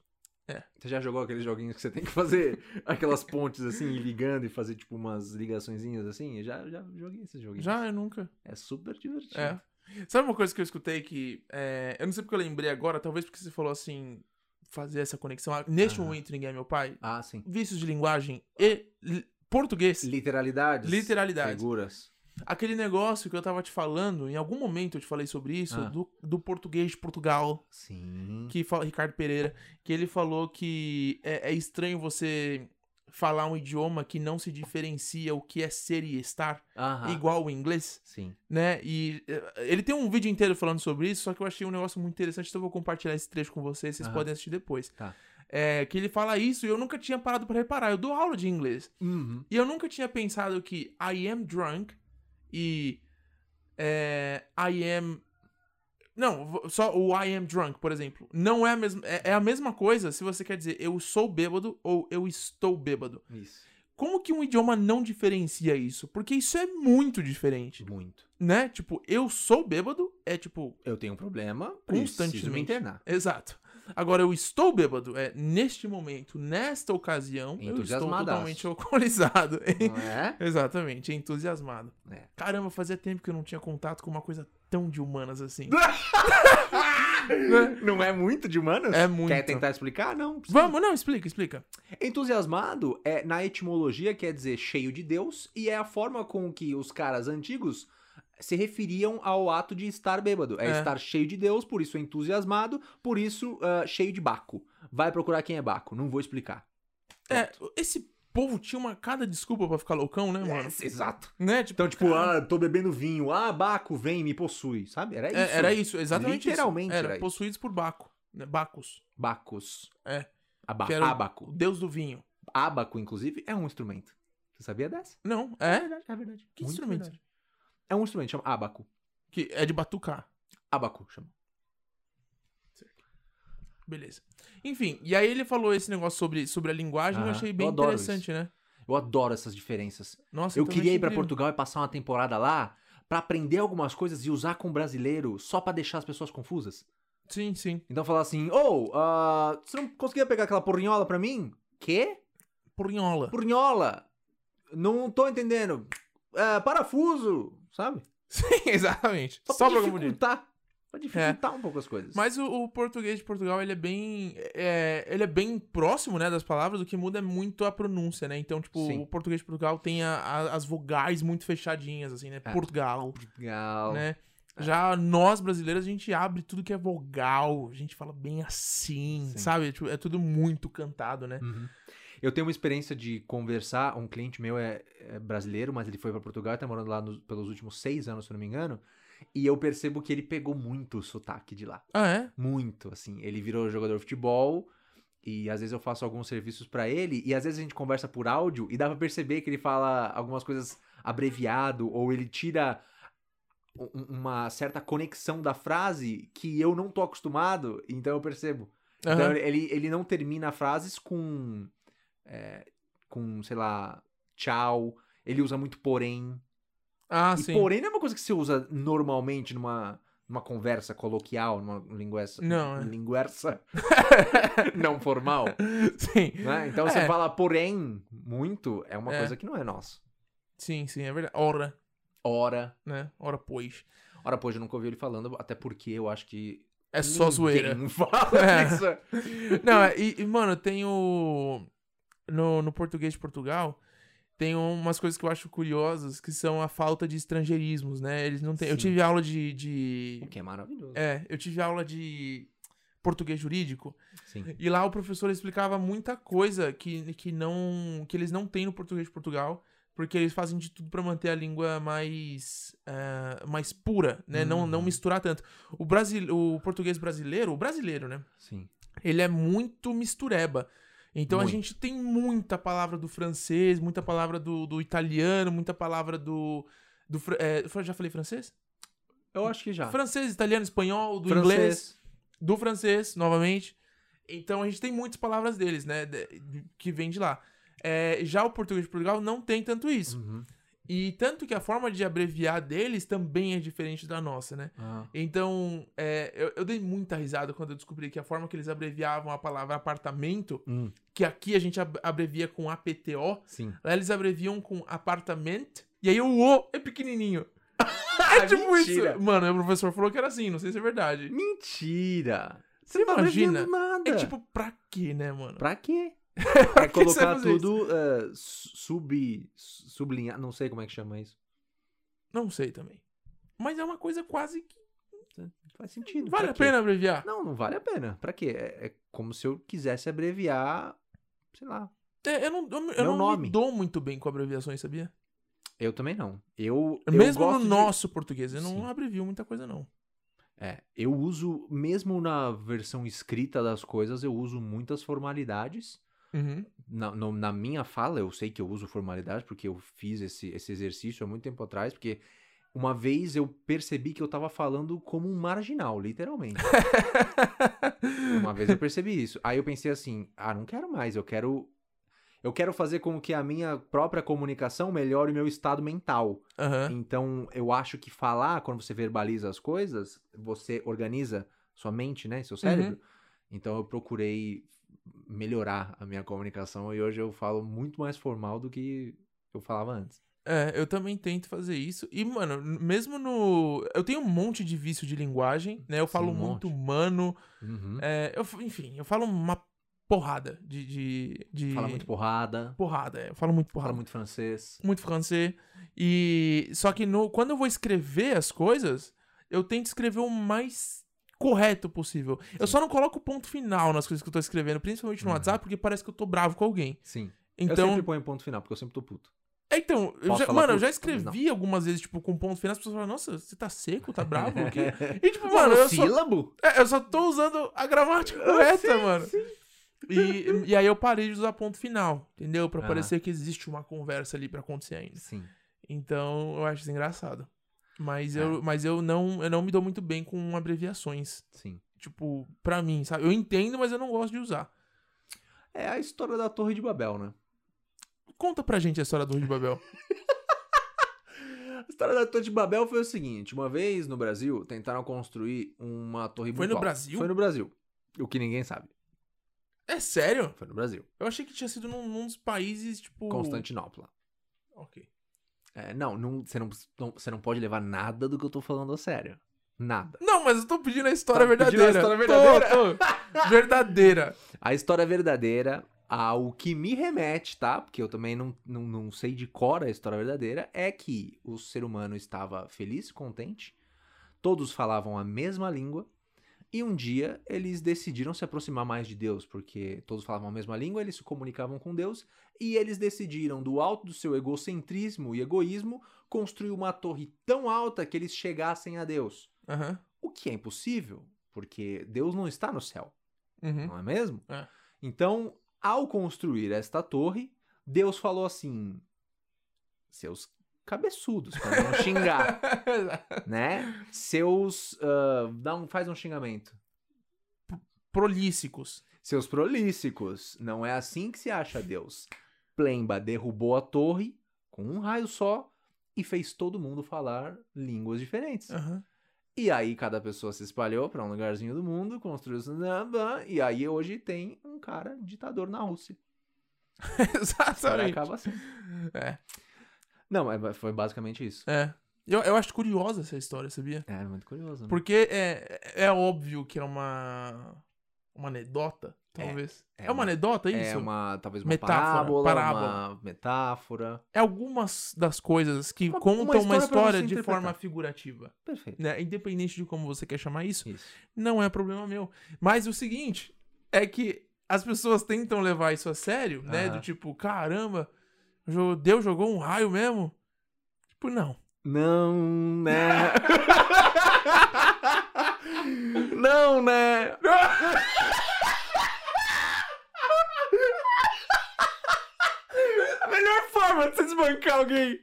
S1: É.
S2: Você já jogou aqueles joguinhos que você tem que fazer aquelas pontes assim, e ligando e fazer tipo umas ligaçõezinhas assim? Eu Já, já joguei esses joguinhos.
S1: Já, eu nunca.
S2: É super divertido.
S1: É. Sabe uma coisa que eu escutei que. é, eu não sei porque eu lembrei agora, talvez porque você falou assim. Fazer essa conexão. Ah, Neste
S2: Aham.
S1: momento, ninguém é meu pai.
S2: Ah, sim.
S1: Vícios de linguagem e li- português.
S2: Literalidades.
S1: Literalidades.
S2: Figuras.
S1: Aquele negócio que eu tava te falando, em algum momento eu te falei sobre isso,
S2: Ah.
S1: do, do português de Portugal.
S2: Sim.
S1: que fala Ricardo Pereira, que ele falou que é, é estranho você falar um idioma que não se diferencia o que é ser e estar,
S2: Aham.
S1: igual o inglês,
S2: Sim.
S1: né? E eh, ele tem um vídeo inteiro falando sobre isso, só que eu achei um negócio muito interessante, então eu vou compartilhar esse trecho com vocês, vocês
S2: Aham.
S1: podem assistir depois.
S2: Tá.
S1: É, que ele fala isso e eu nunca tinha parado pra reparar. Eu dou aula de inglês
S2: Uhum.
S1: e eu nunca tinha pensado que I am drunk e é, I am. Não, vo- só o I am drunk, por exemplo. Não é a mesma. É, é a mesma coisa se você quer dizer eu sou bêbado ou eu estou bêbado.
S2: Isso.
S1: Como que um idioma não diferencia isso? Porque isso é muito diferente,
S2: Muito.
S1: né? Tipo, eu sou bêbado é tipo.
S2: Eu tenho um problema. Preciso me
S1: Constantemente.
S2: internar.
S1: Exato. Agora, eu estou bêbado é neste momento, nesta ocasião, eu estou
S2: Entusiasmadaço.
S1: totalmente alcoolizado.
S2: Não é?
S1: Exatamente, entusiasmado.
S2: É.
S1: Caramba, fazia tempo que eu não tinha contato com uma coisa tão de humanas assim.
S2: Não é muito de humanos?
S1: Ah! É muito.
S2: Quer tentar explicar? Não. precisa.
S1: Vamos, não, explica, explica.
S2: Entusiasmado é na etimologia quer dizer cheio de Deus e é a forma com que os caras antigos se referiam ao ato de estar bêbado. É,
S1: É.
S2: estar cheio de Deus, por isso entusiasmado, por isso ah, cheio de Baco. Vai procurar quem é Baco, não vou explicar.
S1: É, esse povo tinha uma cada desculpa pra ficar loucão, né, mano?
S2: É, exato.
S1: Né? Tipo,
S2: Então, tipo, ah, tô bebendo vinho, ah, Baco, vem, me possui, sabe? Era então, isso.
S1: é, era isso, exatamente isso.
S2: Literalmente
S1: Era,
S2: era isso.
S1: possuídos por Baco, né? Bacos,
S2: Bacos.
S1: É.
S2: Aba-
S1: Que era o- o
S2: Abaco.
S1: deus do vinho.
S2: Abaco, inclusive, é um instrumento. Você sabia dessa?
S1: Não, é?
S2: verdade, é verdade.
S1: Que
S2: Muito
S1: instrumento?
S2: verdade. É um instrumento, chama abaco.
S1: Que é de batucar.
S2: Abacu chama.
S1: Beleza. Enfim, e aí ele falou esse negócio sobre, sobre a linguagem, eu
S2: Aham,
S1: achei
S2: eu
S1: bem
S2: adoro
S1: interessante, né?
S2: Eu adoro essas diferenças.
S1: Nossa,
S2: Eu
S1: também
S2: queria ir
S1: achei
S2: pra
S1: incrível.
S2: Portugal e passar uma temporada lá pra aprender algumas coisas e usar com brasileiro só pra deixar as pessoas confusas.
S1: Sim, sim.
S2: Então falar assim: "Ô, ah, você não conseguia pegar aquela porrinhola pra mim?" "Quê?
S1: Porrinhola.
S2: Porrinhola? Não tô entendendo. É, parafuso, sabe?
S1: Sim, exatamente. Só pra confundir. É.
S2: dificultar. Pra dificultar um pouco as coisas.
S1: Mas o, o português de Portugal, ele é bem. é, ele é bem próximo, né, das palavras, o que muda é muito a pronúncia, né? Então, tipo,
S2: Sim.
S1: o português de Portugal tem a- a- as vogais muito fechadinhas, assim, né?
S2: É.
S1: Portugal,
S2: Legal.
S1: né? Já nós brasileiros, a gente abre tudo que é vogal, a gente fala bem assim,
S2: Sim.
S1: sabe? Tipo, é tudo muito cantado, né?
S2: Uhum. Eu tenho uma experiência de conversar. Um cliente meu é, é brasileiro, mas ele foi pra Portugal e tá morando lá nos- pelos últimos seis anos, se eu não me engano. E eu percebo que ele pegou muito o sotaque de lá.
S1: Ah, é?
S2: Muito, assim. Ele virou jogador de futebol. E às vezes eu faço alguns serviços pra ele. E às vezes a gente conversa por áudio. E dá pra perceber que ele fala algumas coisas abreviado. Ou ele tira u- u- uma certa conexão da frase que eu não tô acostumado. Então eu percebo. Então
S1: Aham.
S2: ele, ele não termina frases com. é, com, sei lá, tchau. Ele usa muito porém.
S1: Ah,
S2: e
S1: sim.
S2: porém não é uma coisa que você usa normalmente numa, numa conversa coloquial, numa linguessa.
S1: Não, é.
S2: Linguerça. não formal.
S1: sim.
S2: né? Então você
S1: É.
S2: fala porém muito, é uma
S1: É.
S2: coisa que não é nossa.
S1: Sim, sim, é verdade. Ora,
S2: Ora.
S1: né? Ora, pois.
S2: Ora, pô, eu nunca ouvi ele falando, até porque eu acho que.
S1: É só zoeira.
S2: Não fala
S1: É.
S2: isso.
S1: Não, é- e, e, mano, tem o. No, no português de Portugal, tem umas coisas que eu acho curiosas, que são a falta de estrangeirismos, né? Eles não têm. Eu
S2: Sim.
S1: tive aula de. de-
S2: O que é maravilhoso.
S1: É, eu tive aula de português jurídico,
S2: Sim.
S1: e lá o professor explicava muita coisa que, que não. que eles não têm no português de Portugal. Porque eles fazem de tudo pra manter a língua mais ah, mais pura, né? Não, não
S2: Uhum.
S1: misturar tanto. O, brasile... o português brasileiro, o brasileiro, né?
S2: Sim.
S1: ele é muito mistureba. Então a
S2: Muito.
S1: gente tem muita palavra do francês, muita palavra do, do italiano, muita palavra do. do fr- é, eu já falei francês?
S2: Eu acho que já.
S1: Francês, italiano, espanhol, do
S2: Tá. Francês.
S1: inglês, do francês, novamente. Então a gente tem muitas palavras deles, né? de- de- que vem de lá. É, já o português de Portugal não tem tanto isso.
S2: Uhum.
S1: E tanto que a forma de abreviar deles também é diferente da nossa, né?
S2: Ah.
S1: Então, é, eu, eu dei muita risada quando eu descobri que a forma que eles abreviavam a palavra apartamento,
S2: Hum,
S1: que aqui a gente ab- abrevia com APTO,
S2: sim.
S1: lá eles abreviam com apartamento, e aí o O é pequenininho. é tipo
S2: mentira.
S1: isso. Mano, o professor falou que era assim, não sei se é verdade.
S2: Mentira!
S1: Você
S2: Não tá
S1: imagina?
S2: vendo nada.
S1: É tipo, pra quê, né, mano?
S2: pra quê?
S1: Pra
S2: Pra
S1: que que você vai
S2: colocar
S1: fazer isso?
S2: tudo eh, su- sub, sublinhar, não sei como é que chama isso.
S1: Não sei também. Mas é uma coisa quase que.
S2: Faz sentido.
S1: Vale
S2: pra
S1: a
S2: quê?
S1: pena abreviar?
S2: Não, não vale a pena. Pra quê? É, é como se eu quisesse abreviar, sei lá.
S1: É, eu não, eu, eu
S2: Meu
S1: não me
S2: nome.
S1: dou muito bem com abreviações, sabia?
S2: Eu também não. Eu, eu
S1: Mesmo
S2: gosto
S1: no
S2: de-
S1: nosso português, eu não
S2: Sim.
S1: abrevio muita coisa, não.
S2: É, eu uso, mesmo na versão escrita das coisas, eu uso muitas formalidades.
S1: Uhum.
S2: Na, no- na minha fala, eu sei que eu uso formalidade, porque eu fiz esse, esse exercício há muito tempo atrás, porque uma vez eu percebi que eu tava falando como um marginal, literalmente. Uma vez eu percebi isso. Aí eu pensei assim, ah, não quero mais, eu quero. Eu quero fazer com que a minha própria comunicação melhore o meu estado mental.
S1: Aham.
S2: Então, eu acho que falar, quando você verbaliza as coisas, você organiza sua mente, né?
S1: Uhum.
S2: Seu cérebro. Então, eu procurei melhorar a minha comunicação e hoje eu falo muito mais formal do que eu falava antes.
S1: É, eu também tento fazer isso. E, mano, n- mesmo no. Eu tenho um monte de vício de linguagem, né? Eu
S2: Sim,
S1: falo
S2: um
S1: muito
S2: monte.
S1: humano.
S2: Uhum.
S1: É, eu, f- enfim, eu falo uma porrada de. de, de...
S2: Fala muito porrada,
S1: porrada. é, eu falo muito porrada.
S2: fala muito francês.
S1: muito francês. E só que no, quando eu vou escrever as coisas, eu tento escrever o mais correto possível. Eu só não coloco ponto final nas coisas que eu tô escrevendo, principalmente no
S2: Uhum.
S1: WhatsApp, porque parece que eu tô bravo com alguém.
S2: Sim. Eu
S1: Então,
S2: sempre ponho ponto final, porque eu sempre tô puto.
S1: É, então, eu
S2: Posso
S1: já-
S2: falar
S1: mano, eu
S2: puto?
S1: já
S2: Talvez não.
S1: escrevi algumas vezes tipo com ponto final, as pessoas falam: "Nossa, você tá seco, tá bravo?" o
S2: É.
S1: quê?" E tipo, mano, eu só,
S2: Monossílabo?
S1: é, eu só tô usando a gramática correta, mano. E, e aí eu parei de usar ponto final, entendeu? Pra
S2: Aham.
S1: parecer que existe uma conversa ali pra acontecer ainda.
S2: Sim.
S1: Então, eu acho isso engraçado. Mas, eu, mas eu, não, eu não me dou muito bem com abreviações.
S2: Sim.
S1: Tipo, pra mim, sabe? Eu entendo, mas eu não gosto de usar.
S2: É a história da Torre de Babel, né?
S1: Conta pra gente a história do Rui de Babel.
S2: A história da Torre de Babel foi o seguinte: uma vez no Brasil tentaram construir uma torre
S1: Foi
S2: muito
S1: no
S2: alta.
S1: Brasil?
S2: Foi no Brasil. O que ninguém sabe.
S1: É sério?
S2: Foi no Brasil.
S1: Eu achei que tinha sido num, num dos países, tipo.
S2: Constantinopla.
S1: Ok.
S2: É, não, não- você não, não- você não pode levar nada do que eu tô falando a sério. Nada.
S1: Não, mas eu tô pedindo a história
S2: Tá pedindo
S1: verdadeira.
S2: a história
S1: Tô, tô. verdadeira.
S2: A história é verdadeira, ao que me remete, tá? Porque eu também não, não, não sei de cor a história verdadeira, é que o ser humano estava feliz, contente, todos falavam a mesma língua, e um dia eles decidiram se aproximar mais de Deus, porque todos falavam a mesma língua, eles se comunicavam com Deus, e eles decidiram, do alto do seu egocentrismo e egoísmo, construir uma torre tão alta que eles chegassem a Deus.
S1: Aham.
S2: O que é impossível, porque Deus não está no céu
S1: Uhum.
S2: não é mesmo?
S1: É.
S2: Então, ao construir esta torre, Deus falou assim: seus cabeçudos, pra não xingar, né? Seus. ah, dá um, faz um xingamento.
S1: Prolíficos.
S2: Seus prolíficos, não é assim que se acha Deus. Plemba derrubou a torre com um raio só e fez todo mundo falar línguas diferentes.
S1: Aham.
S2: E aí cada pessoa se espalhou pra um lugarzinho do mundo, construiu e aí hoje tem um cara ditador na Rússia. Cara,
S1: Exatamente.
S2: acaba assim.
S1: É.
S2: Não, é, foi basicamente isso.
S1: É. Eu, eu acho curiosa essa história, sabia?
S2: É, muito curioso. Né?
S1: Porque é, é óbvio que é uma. Uma anedota, talvez. É,
S2: é
S1: uma
S2: uma-
S1: anedota isso?
S2: É uma, talvez uma
S1: Metáfora,
S2: parábola,
S1: parábola.
S2: uma metáfora.
S1: É algumas das coisas que
S2: Uma-
S1: contam
S2: uma
S1: uma história,
S2: história pra você
S1: de
S2: interpretar.
S1: forma figurativa.
S2: Perfeito.
S1: né? Independente de como você quer chamar isso,
S2: Isso.
S1: não é problema meu. Mas o seguinte é que as pessoas tentam levar isso a sério, né?
S2: Aham.
S1: Do tipo, caramba, jo- Deus jogou um raio mesmo? Tipo, não.
S2: Não, né? Não, né? A melhor forma de você desbancar alguém.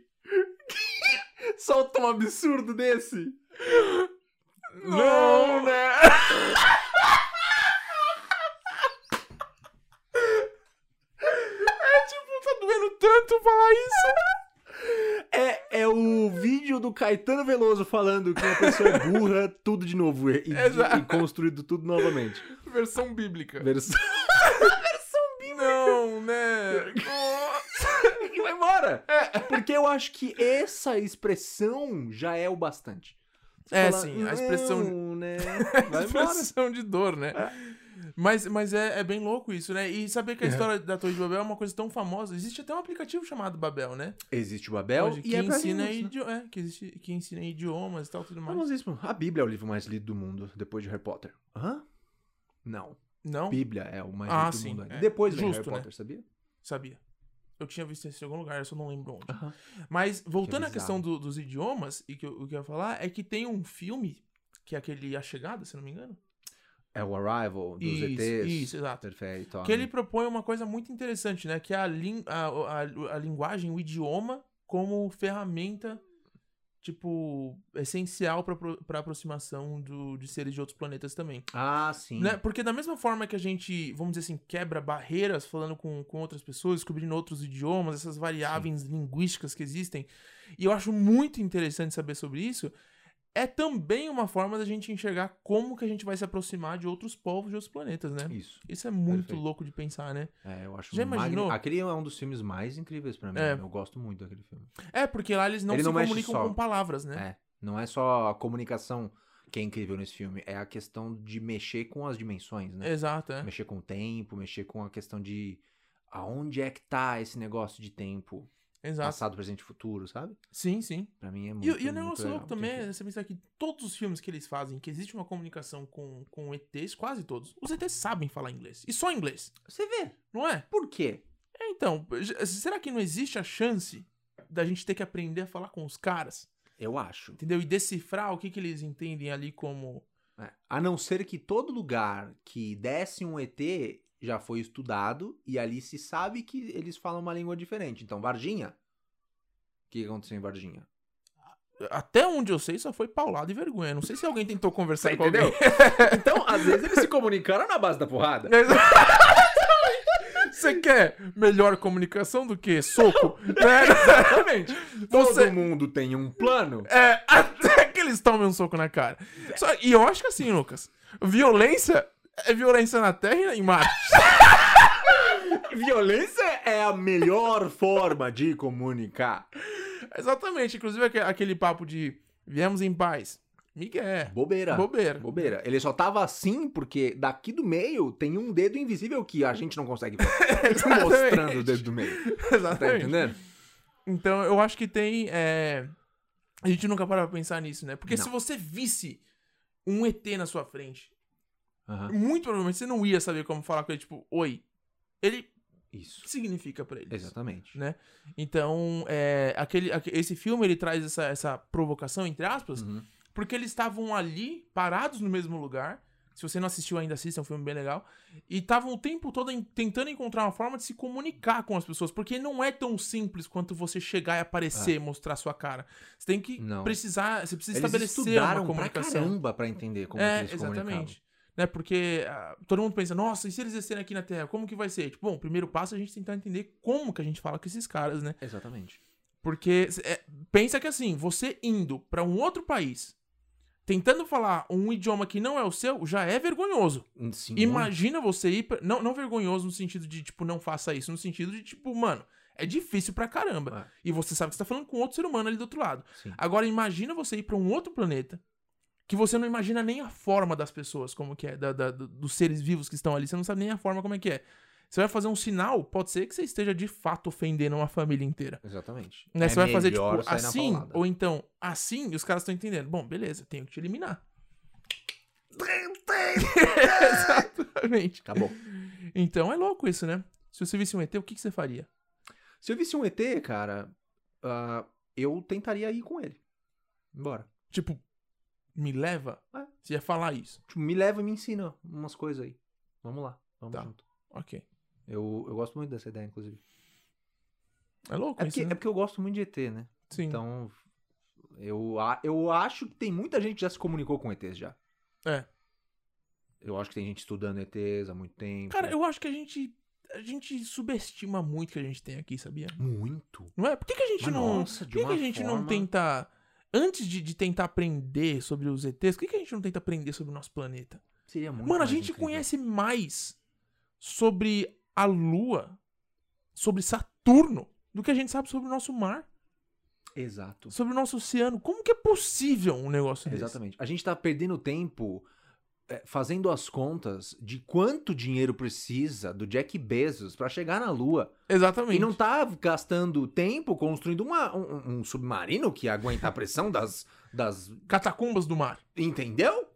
S2: Solta um absurdo desse. Não, né?
S1: É tipo, tá doendo tanto falar isso.
S2: É, Caetano Veloso falando que uma pessoa é burra, tudo de novo e, e-
S1: Exato.
S2: e construído tudo novamente.
S1: Versão bíblica.
S2: Versão
S1: Não, né? Nossa.
S2: e vai embora. É. Porque eu acho que essa expressão já é o bastante. Você
S1: É,
S2: fala,
S1: sim, a expressão,
S2: "Não, né?
S1: a
S2: Vai embora.
S1: expressão de dor,
S2: É.
S1: né? Mas, mas é, é bem louco isso, né? E saber que a
S2: É.
S1: história da Torre de Babel é uma coisa tão famosa. Existe até um aplicativo chamado Babel, né?
S2: Existe o Babel
S1: Hoje,
S2: e
S1: que,
S2: é pra
S1: ensina
S2: rimos, né?
S1: idi- é, que, existe, que ensina idiomas e tal, tudo mais.
S2: Famosíssimo. A Bíblia é o livro mais lido do mundo, depois de Harry Potter. Hã? Não.
S1: Não?
S2: Bíblia é o mais
S1: Ah,
S2: lido do
S1: sim,
S2: mundo. ainda.
S1: é.
S2: Depois vem
S1: Justo,
S2: Harry
S1: né?
S2: Potter, sabia?
S1: Sabia. Eu tinha visto isso em algum lugar, eu só não lembro onde.
S2: Aham.
S1: Mas, voltando à
S2: bizarro.
S1: questão do- dos idiomas, e que eu, o que eu ia falar, é que tem um filme, que é aquele A Chegada, se não me engano.
S2: É o Arrival dos
S1: isso,
S2: ETs.
S1: isso, exato.
S2: Perfeito.
S1: Que ele propõe uma coisa muito interessante, né? Que é a, lin- a, a, a linguagem, o idioma, como ferramenta, tipo, essencial pra pro- pra aproximação do, de seres de outros planetas também.
S2: Ah, sim.
S1: Né? Porque da mesma forma que a gente, vamos dizer assim, quebra barreiras falando com, com outras pessoas, descobrindo outros idiomas, essas variáveis linguísticas que existem, e eu acho muito interessante saber sobre isso, é também uma forma da gente enxergar como que a gente vai se aproximar de outros povos, de outros planetas, né?
S2: Isso.
S1: Isso é muito
S2: Perfeito.
S1: louco de pensar, né?
S2: É, eu acho
S1: Já
S2: magni-
S1: imaginou?
S2: Aquele é um dos filmes mais incríveis pra mim.
S1: É.
S2: Eu gosto muito daquele filme.
S1: É, porque lá eles não
S2: Ele
S1: se
S2: não mexe
S1: comunicam
S2: só.
S1: com palavras, né?
S2: É. Não é só a comunicação que é incrível nesse filme, é a questão de mexer com as dimensões, né?
S1: Exato, é.
S2: Mexer com o tempo, mexer com a questão de aonde é que tá esse negócio de tempo,
S1: Exato.
S2: passado, presente e futuro, sabe?
S1: Sim, sim.
S2: Pra mim é
S1: E,
S2: muito
S1: e o
S2: muito
S1: negócio
S2: legal,
S1: louco também
S2: muito
S1: é você pensar que todos os filmes que eles fazem, que existe uma comunicação com, com ETs, quase todos, os ETs sabem falar inglês. E só inglês,
S2: incrível. Você vê.
S1: não é?
S2: Por quê?
S1: É, então, j- será que não existe a chance da gente ter que aprender a falar com os caras?
S2: Eu acho.
S1: Entendeu? E decifrar o que, que eles entendem ali como.
S2: É. A não ser que todo lugar que desse um ET já foi estudado e ali se sabe que eles falam uma língua diferente. Então, Varginha. O que aconteceu em Varginha?
S1: Até onde eu sei, só foi paulado e vergonha. Não sei se alguém tentou conversar com alguém.
S2: então, às vezes eles se comunicaram na base da porrada.
S1: Você quer melhor comunicação do que soco? Então, Né?
S2: Exatamente. Todo
S1: Você-
S2: mundo tem um plano.
S1: É, até que eles tomem um soco na cara. Só- e eu acho que assim, Lucas, violência é violência na Terra e em Marte.
S2: Violência é a melhor forma de comunicar.
S1: Exatamente. Inclusive aque- aquele papo de viemos em paz. Miguel.
S2: Bobeira.
S1: Bobeira.
S2: Bobeira. Ele só tava assim porque daqui do meio tem um dedo invisível que a gente não consegue ver. Eles tão mostrando o dedo do meio. Tá
S1: Exatamente.
S2: entendendo?
S1: Então eu acho que tem. é, A gente nunca para pra pensar nisso, né? Porque
S2: Não.
S1: se você visse um ET na sua frente,
S2: Aham.
S1: muito provavelmente você não ia saber como falar com ele, tipo, oi. Ele o
S2: Isso.
S1: que significa pra ele.
S2: Exatamente.
S1: né? Então, é, aquele, aque- esse filme ele traz essa, essa provocação, entre aspas,
S2: Uhum.
S1: porque eles estavam ali, parados no mesmo lugar. Se você não assistiu ainda, assista, é um filme bem legal. E estavam o tempo todo em- tentando encontrar uma forma de se comunicar com as pessoas, porque não é tão simples quanto você chegar e aparecer, mostrar sua cara. Você tem que
S2: É. Não.
S1: precisar, você precisa
S2: Eles
S1: estabelecer uma
S2: estudaram pra
S1: comunicação.
S2: caramba pra entender como que
S1: é,
S2: eles se comunicavam.
S1: exatamente. Né, porque ah, todo mundo pensa, nossa, e se eles descerem aqui na Terra, como que vai ser? Tipo, bom, o primeiro passo é a gente tentar entender como que a gente fala com esses caras, né?
S2: Exatamente.
S1: Porque cê- é, pensa que assim, você indo pra um outro país, tentando falar um idioma que não é o seu, já é vergonhoso.
S2: Hum, Sim,
S1: Imagina você ir pra, não não vergonhoso no sentido de tipo não faça isso, no sentido de tipo, mano, é difícil pra
S2: Ah.
S1: caramba. E você sabe que você tá falando com outro ser humano ali do outro lado.
S2: muito. Sim.
S1: Agora imagina você ir pra um outro planeta que você não imagina nem a forma das pessoas, como que é, da- da- do- dos seres vivos que estão ali, você não sabe nem a forma como é que é. Você vai fazer um sinal, pode ser que você esteja de fato ofendendo uma família inteira.
S2: Exatamente.
S1: Né?
S2: É
S1: você vai fazer tipo
S2: melhor sair na
S1: assim,
S2: paulada.
S1: ou então assim, e os caras estão entendendo. Bom, beleza, tenho que te eliminar. Exatamente.
S2: Acabou.
S1: Então é louco isso, né? Se você visse um ET, o que, que você faria?
S2: Se eu visse um ET, cara, ah, eu tentaria ir com ele. Bora.
S1: Tipo, me leva?
S2: É.
S1: Você ia falar isso.
S2: Tipo, me leva e me ensina umas coisas aí. Vamos lá. Vamos
S1: Tá.
S2: junto.
S1: Ok.
S2: Eu, eu gosto muito dessa ideia, inclusive.
S1: É louco
S2: É
S1: isso,
S2: porque,
S1: né?
S2: é porque eu gosto muito de ET, né?
S1: Sim.
S2: Então, eu, a- eu acho que tem muita gente que já se comunicou com ETs já.
S1: É.
S2: Eu acho que tem gente estudando ETs há muito tempo.
S1: Cara, eu acho que a gente... A gente subestima muito o que a gente tem aqui, sabia?
S2: Muito.
S1: Não é? Por que, que a gente
S2: Mas
S1: não...
S2: nossa,
S1: Por
S2: de
S1: que, que a
S2: uma
S1: gente não
S2: forma-
S1: tenta Antes de, de tentar aprender sobre os ETs, por que, que a gente não tenta aprender sobre o nosso planeta?
S2: Seria muito
S1: Mano, a
S2: mais
S1: gente
S2: incrível.
S1: conhece mais sobre a Lua, sobre Saturno, do que a gente sabe sobre o nosso mar,
S2: Exato.
S1: sobre o nosso oceano. Como que é possível um negócio desse?
S2: Exatamente. A gente tá perdendo tempo é, fazendo as contas de quanto dinheiro precisa do Jack Bezos pra chegar na Lua.
S1: Exatamente.
S2: E não tá gastando tempo construindo uma- um, um submarino que aguenta a pressão das, das.
S1: Catacumbas do mar.
S2: Entendeu?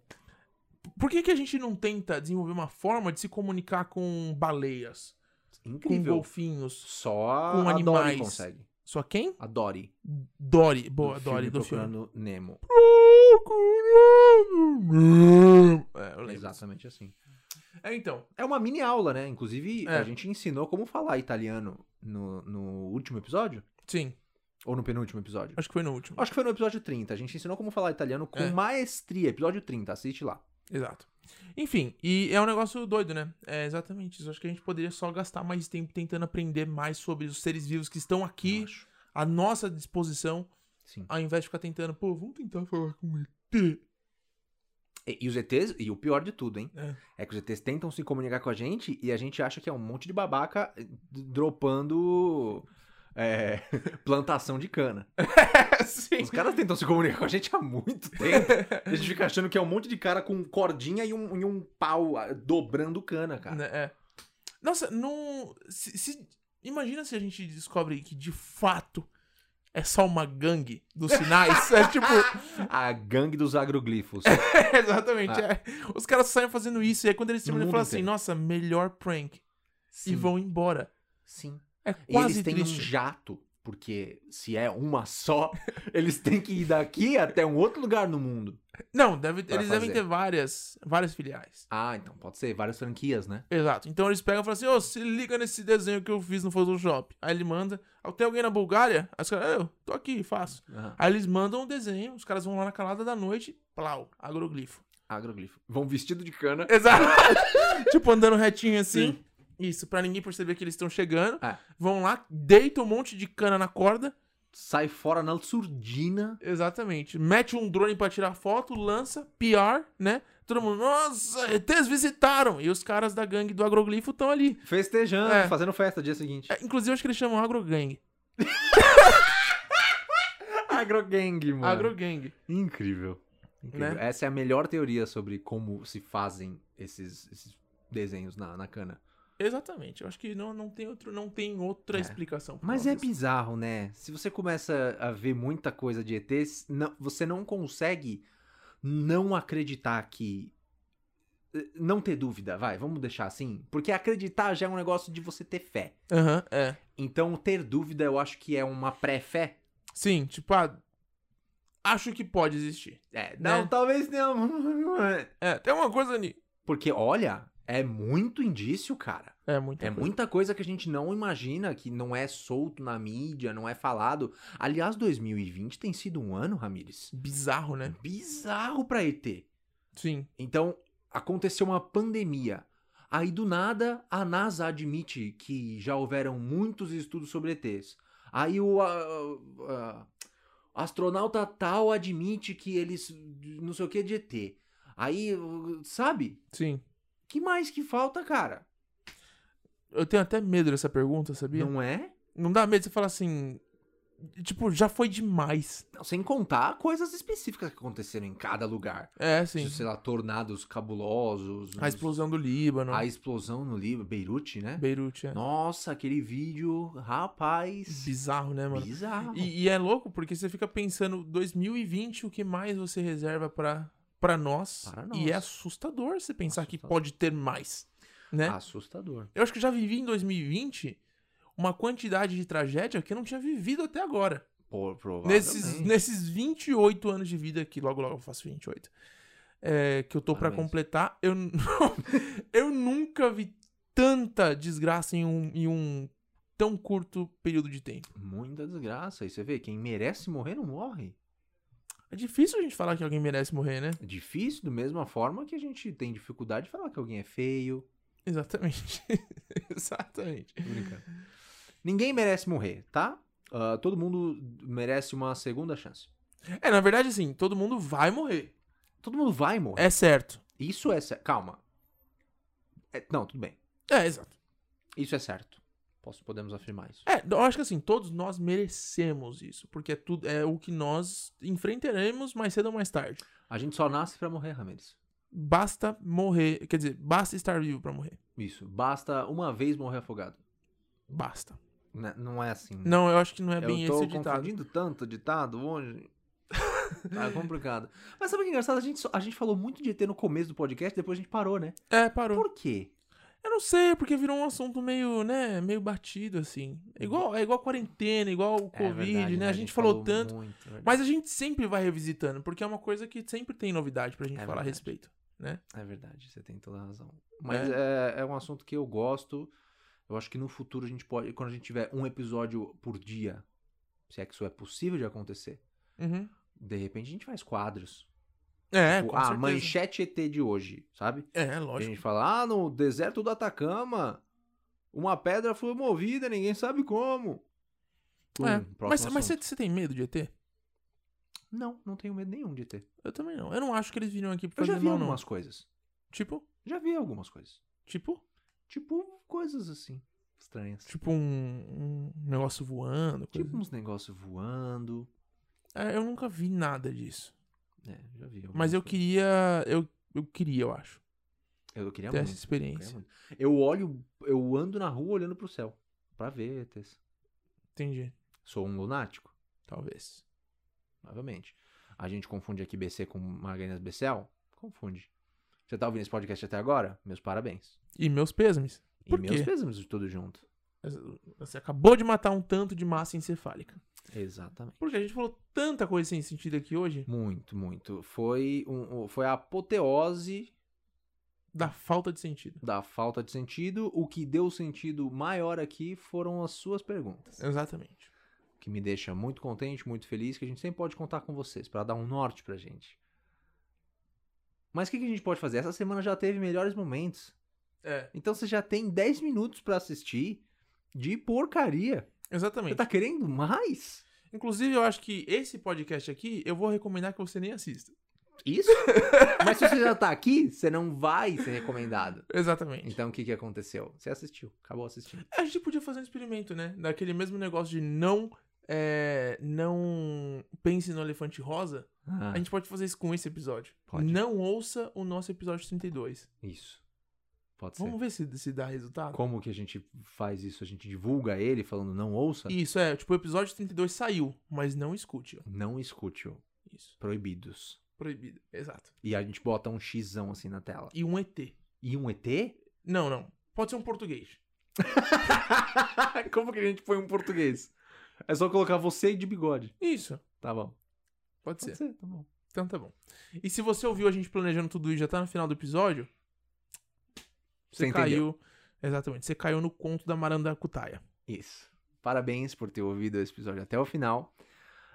S1: Por que, que a gente não tenta desenvolver uma forma de se comunicar com baleias, com
S2: Incrível.
S1: golfinhos?
S2: Só
S1: Com
S2: a Dory
S1: animais.
S2: consegue.
S1: Só quem?
S2: A Dory.
S1: Dory. Boa,
S2: do
S1: Dory
S2: filme
S1: do filme.
S2: Procurando Nemo.
S1: É, eu lembro.
S2: Exatamente assim.
S1: É, então.
S2: É uma mini aula, né? Inclusive,
S1: É.
S2: a gente ensinou como falar italiano no, no último episódio?
S1: Sim,
S2: Ou no penúltimo episódio?
S1: acho que foi no último.
S2: Acho que foi no episódio 30. A gente ensinou como falar italiano com
S1: É.
S2: maestria. Episódio 30, assiste lá.
S1: Exato. Enfim, e é um negócio doido, né? É exatamente isso. Acho que a gente poderia só gastar mais tempo tentando aprender mais sobre os seres vivos que estão
S2: Eu
S1: aqui
S2: acho.
S1: à nossa disposição,
S2: Sim.
S1: ao invés de ficar tentando, pô, vamos tentar falar com o ET.
S2: E, e os ETs, e o pior de tudo, hein?
S1: É.
S2: É. que os ETs tentam se comunicar com a gente e a gente acha que é um monte de babaca eh, dropando é, plantação de cana. É,
S1: Sim.
S2: Os caras tentam se comunicar com a gente há muito tempo. A gente fica achando que é um monte de cara com cordinha e um, e um pau ah, dobrando cana, cara.
S1: Né, é. Nossa, não. se- se- imagina se a gente descobre que de fato é só uma gangue dos sinais. é tipo.
S2: A gangue dos agroglifos.
S1: Exatamente. é. Os caras saem fazendo isso. E aí quando eles terminam,
S2: mundo
S1: eles falam assim:
S2: inteiro.
S1: nossa, melhor prank.
S2: Sim.
S1: E vão embora.
S2: Sim.
S1: É
S2: E
S1: quase
S2: eles têm um
S1: triste.
S2: jato, porque se é uma só, eles têm que ir daqui até um outro lugar no mundo.
S1: Não, deve-
S2: pra
S1: eles devem
S2: fazer.
S1: ter várias, várias filiais.
S2: Ah, então pode ser várias franquias, né?
S1: Exato. Então eles pegam e falam assim: ô, se liga nesse desenho que eu fiz no Photoshop. Aí ele manda. "Ah, Tem alguém na Bulgária? Aí os caras, "Ah, eu tô aqui, faço.
S2: Ah,
S1: Aí eles mandam o desenho, os caras vão lá na calada da noite, plau, agroglifo.
S2: agroglifo. Vão vestido de cana.
S1: Exato. tipo, andando retinho assim. Isso, pra ninguém perceber que eles estão chegando.
S2: É.
S1: Vão lá, deitam um monte de cana na corda.
S2: Sai fora na surdina.
S1: Exatamente. Mete um drone pra tirar foto, lança, PR, né? Todo mundo, nossa, ETs visitaram! E os caras da gangue do agroglifo estão ali.
S2: Festejando,
S1: É.
S2: fazendo festa dia seguinte.
S1: É, inclusive, acho que eles chamam agrogang.
S2: Agrogang, mano.
S1: Agrogang.
S2: Incrível. Incrível.
S1: Né?
S2: Essa é a melhor teoria sobre como se fazem esses, esses desenhos na, na cana.
S1: Exatamente. Eu acho que não, não, tem, outro, não tem outra
S2: É.
S1: explicação. pra
S2: Mas
S1: falar
S2: é
S1: disso.
S2: bizarro, né? Se você começa a ver muita coisa de ETs, não- você não consegue não acreditar que. eh, Não ter dúvida, vai, vamos deixar assim. Porque acreditar já é um negócio de você ter fé.
S1: Aham, é.
S2: Então, ter dúvida eu acho que é uma pré-fé.
S1: Sim, tipo, ah, acho que pode existir.
S2: É, não,
S1: Né?
S2: talvez não.
S1: É, tem uma coisa ali.
S2: Porque, olha, é muito indício, cara.
S1: É muito.
S2: É muita coisa que a gente não imagina, que não é solto na mídia, não é falado. Aliás, 2020 tem sido um ano, Ramires,
S1: bizarro, né?
S2: bizarro pra ET.
S1: Sim.
S2: Então, aconteceu uma pandemia. Aí, do nada, a NASA admite que já houveram muitos estudos sobre ETs. Aí, o ah, ah, astronauta tal admite que eles não sei o que de ET. Aí, sabe?
S1: Sim.
S2: que mais que falta, cara?
S1: Eu tenho até medo dessa pergunta, sabia?
S2: Não é?
S1: Não dá medo de você falar assim. Tipo, já foi demais.
S2: Não, Sem contar coisas específicas que aconteceram em cada lugar. Tipo,
S1: É, sim.
S2: Sei lá, tornados cabulosos.
S1: A explosão do Líbano.
S2: a explosão no Líbano, Beirute, né?
S1: Beirute, é.
S2: Nossa, aquele vídeo, rapaz.
S1: Bizarro, né, mano?
S2: Bizarro.
S1: E, e é louco porque você fica pensando, 2020, o que mais você reserva pra, pra, nós?
S2: Para nós.
S1: E é assustador você pensar que
S2: Assustador. Ah.
S1: pode ter mais, né?
S2: Assustador.
S1: Eu acho que eu já vivi em 2020 uma quantidade de tragédia que eu não tinha vivido até agora.
S2: Por,
S1: Nesses,
S2: provavelmente.
S1: nesses 28 anos de vida, que logo logo eu faço 28, é, que eu tô pra
S2: Parabéns.
S1: completar, eu, n- eu nunca vi tanta desgraça em um, em um tão curto período de tempo.
S2: Muita desgraça. E você vê, quem merece morrer não morre.
S1: É difícil a gente falar que alguém merece morrer, né?
S2: É difícil, da mesma forma que a gente tem dificuldade de falar que alguém é feio.
S1: Exatamente. Exatamente.
S2: Tô brincando. Ninguém merece morrer, tá? Ah, todo mundo merece uma segunda chance.
S1: É, na verdade, assim, todo mundo vai morrer.
S2: Todo mundo vai morrer.
S1: É certo.
S2: Isso é certo. Calma. É, não, tudo bem.
S1: É, exato.
S2: Isso é certo. Posso, podemos afirmar isso.
S1: É, eu acho que assim, todos nós merecemos isso, porque é tudo é o que nós enfrentaremos mais cedo ou mais tarde.
S2: A gente só nasce pra morrer, Ramirez.
S1: Basta morrer, quer dizer, basta estar vivo pra morrer.
S2: Isso. Basta uma vez morrer afogado.
S1: Basta.
S2: Né, Não é assim.
S1: Não, eu acho que não é
S2: eu
S1: bem
S2: tô
S1: esse ditado.
S2: confundindo tanto ditado hoje. Tá complicado. Mas sabe o que é engraçado? A gente, só- a gente falou muito de ET no começo do podcast, depois a gente parou, né?
S1: É, parou.
S2: Por quê?
S1: Eu não sei, porque virou um assunto meio, né, meio batido assim. É igual, é igual quarentena, igual o
S2: É
S1: COVID,
S2: verdade,
S1: né? A gente, falou, tanto,
S2: muito, é verdade.
S1: mas a gente sempre vai revisitando, porque é uma coisa que sempre tem novidade pra gente
S2: É
S1: falar a
S2: verdade.
S1: respeito.
S2: É verdade, você tem toda a razão. Mas é. é um assunto que eu gosto. Eu acho que no futuro a gente pode, quando a gente tiver um episódio por dia, se é que isso é possível de acontecer,
S1: Uhum.
S2: de repente a gente faz quadros.
S1: É,
S2: Tipo,
S1: com
S2: ah,
S1: certeza.
S2: manchete ET de hoje, sabe?
S1: É,
S2: E A
S1: lógico.
S2: gente fala, ah, no deserto do Atacama, uma pedra foi movida, ninguém sabe como. Pum,
S1: É.
S2: próximo
S1: Mas, mas
S2: assunto.
S1: você, você tem medo de ET?
S2: Não, não tenho medo nenhum de ET.
S1: Eu também não. Eu não acho que eles viriam aqui pra
S2: Eu já
S1: fazer
S2: vi
S1: mal, não.
S2: algumas coisas.
S1: Tipo?
S2: Já vi algumas coisas.
S1: Tipo?
S2: Tipo, coisas assim, estranhas.
S1: Tipo um, um negócio voando. Coisa.
S2: Tipo uns negócios voando.
S1: É, eu nunca vi nada disso.
S2: É, já vi. algumas
S1: Mas eu
S2: coisas.
S1: queria. Eu, eu queria, eu acho.
S2: Eu queria
S1: ter
S2: É muito.
S1: essa
S2: eu queria
S1: experiência.
S2: muito. Eu olho, eu ando na rua olhando pro céu. Pra ver ETs.
S1: Entendi.
S2: Sou um lunático,
S1: Talvez.
S2: novamente. A gente confunde aqui BC com Magalhães Becel? Confunde. Você tá ouvindo esse podcast até agora? Meus parabéns.
S1: E meus pêsames.
S2: E
S1: Por
S2: meus
S1: quê?
S2: pêsames de tudo junto.
S1: Você acabou de matar um tanto de massa encefálica.
S2: Exatamente.
S1: Porque a gente falou tanta coisa sem sentido aqui hoje
S2: Muito, muito. Foi, um, um- foi a apoteose
S1: da falta de sentido.
S2: da falta de sentido. O que deu sentido maior aqui foram as suas perguntas.
S1: Exatamente.
S2: que me deixa muito contente, muito feliz, que a gente sempre pode contar com vocês para dar um norte pra gente. Mas o que, que a gente pode fazer? Essa semana já teve melhores momentos.
S1: É,
S2: Então você já tem 10 minutos pra assistir de porcaria. Você
S1: exatamente.
S2: tá querendo mais?
S1: Inclusive, eu acho que esse podcast aqui, eu vou recomendar que você nem assista.
S2: Isso? Mas se você já tá aqui, você não vai ser recomendado.
S1: Exatamente.
S2: Então o que, que aconteceu? Você assistiu, acabou assistindo.
S1: A gente podia fazer um experimento, né? Daquele mesmo negócio de não. é, não pense no elefante rosa.
S2: Ah,
S1: A gente pode fazer isso com esse episódio.
S2: Pode.
S1: Não ouça o nosso episódio 32.
S2: isso. Pode ser.
S1: Vamos ver se, se dá resultado.
S2: Como que a gente faz isso? A gente divulga ele falando não ouça?
S1: Isso, é. Tipo, o episódio 32 saiu, mas não escute. ó.
S2: Não escute-o.
S1: Isso.
S2: Proibidos.
S1: Proibido. Exato.
S2: E a gente bota um xão assim na tela.
S1: E um ET.
S2: E um ET?
S1: Não, não. Pode ser um português.
S2: Como que a gente põe um português? É só colocar você e de bigode.
S1: Isso.
S2: Tá bom.
S1: Pode
S2: Pode
S1: ser.
S2: ser, tá bom.
S1: Então tá bom. E se você ouviu a gente planejando tudo isso já tá no final do episódio, você,
S2: Você entendeu.
S1: caiu. Exatamente. Você caiu no conto da Marandacutaia.
S2: Isso. Parabéns por ter ouvido esse episódio até o final.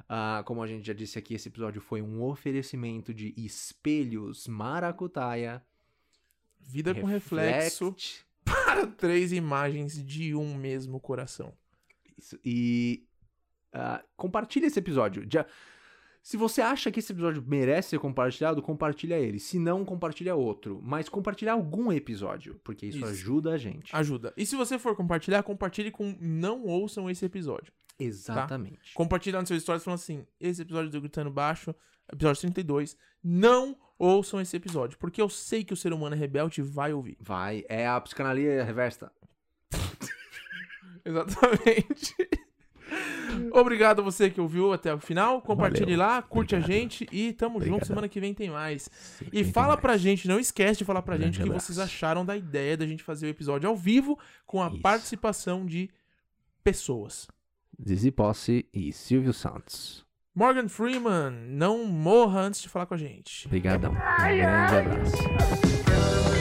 S2: Ah, como a gente já disse aqui, esse episódio foi um oferecimento de espelhos maracutaia.
S1: Vida com reflexo
S2: Reflect.
S1: para três imagens de um mesmo coração.
S2: Isso. E ah, compartilha esse episódio. Já- Se você acha que esse episódio merece ser compartilhado, compartilha ele. Se não, compartilha outro. Mas compartilha algum episódio, porque isso,
S1: Isso.
S2: ajuda a gente. tá
S1: Ajuda. E se você for compartilhar, compartilhe com não ouçam esse episódio.
S2: Exatamente.
S1: Compartilhe lá nos seus stories falando assim: esse episódio do Gritando Baixo, episódio 32, não ouçam esse episódio, porque eu sei que o ser humano é rebelde e vai ouvir.
S2: Vai. É a psicanalista reversa.
S1: Exatamente. Obrigado a você que ouviu até o final. Compartilhe
S2: Valeu.
S1: lá, curte a
S2: Obrigado.
S1: gente e tamo junto.
S2: Obrigadão.
S1: Semana que vem tem mais. E fala pra gente, não esquece de falar pra
S2: Grande
S1: gente o que
S2: abraço.
S1: vocês acharam da ideia da gente fazer o episódio ao vivo com a
S2: Isso.
S1: participação de pessoas.
S2: Zizi Posse e Silvio Santos.
S1: Morgan Freeman, não morra antes de falar com a gente.
S2: Obrigadão. Um grande abraço.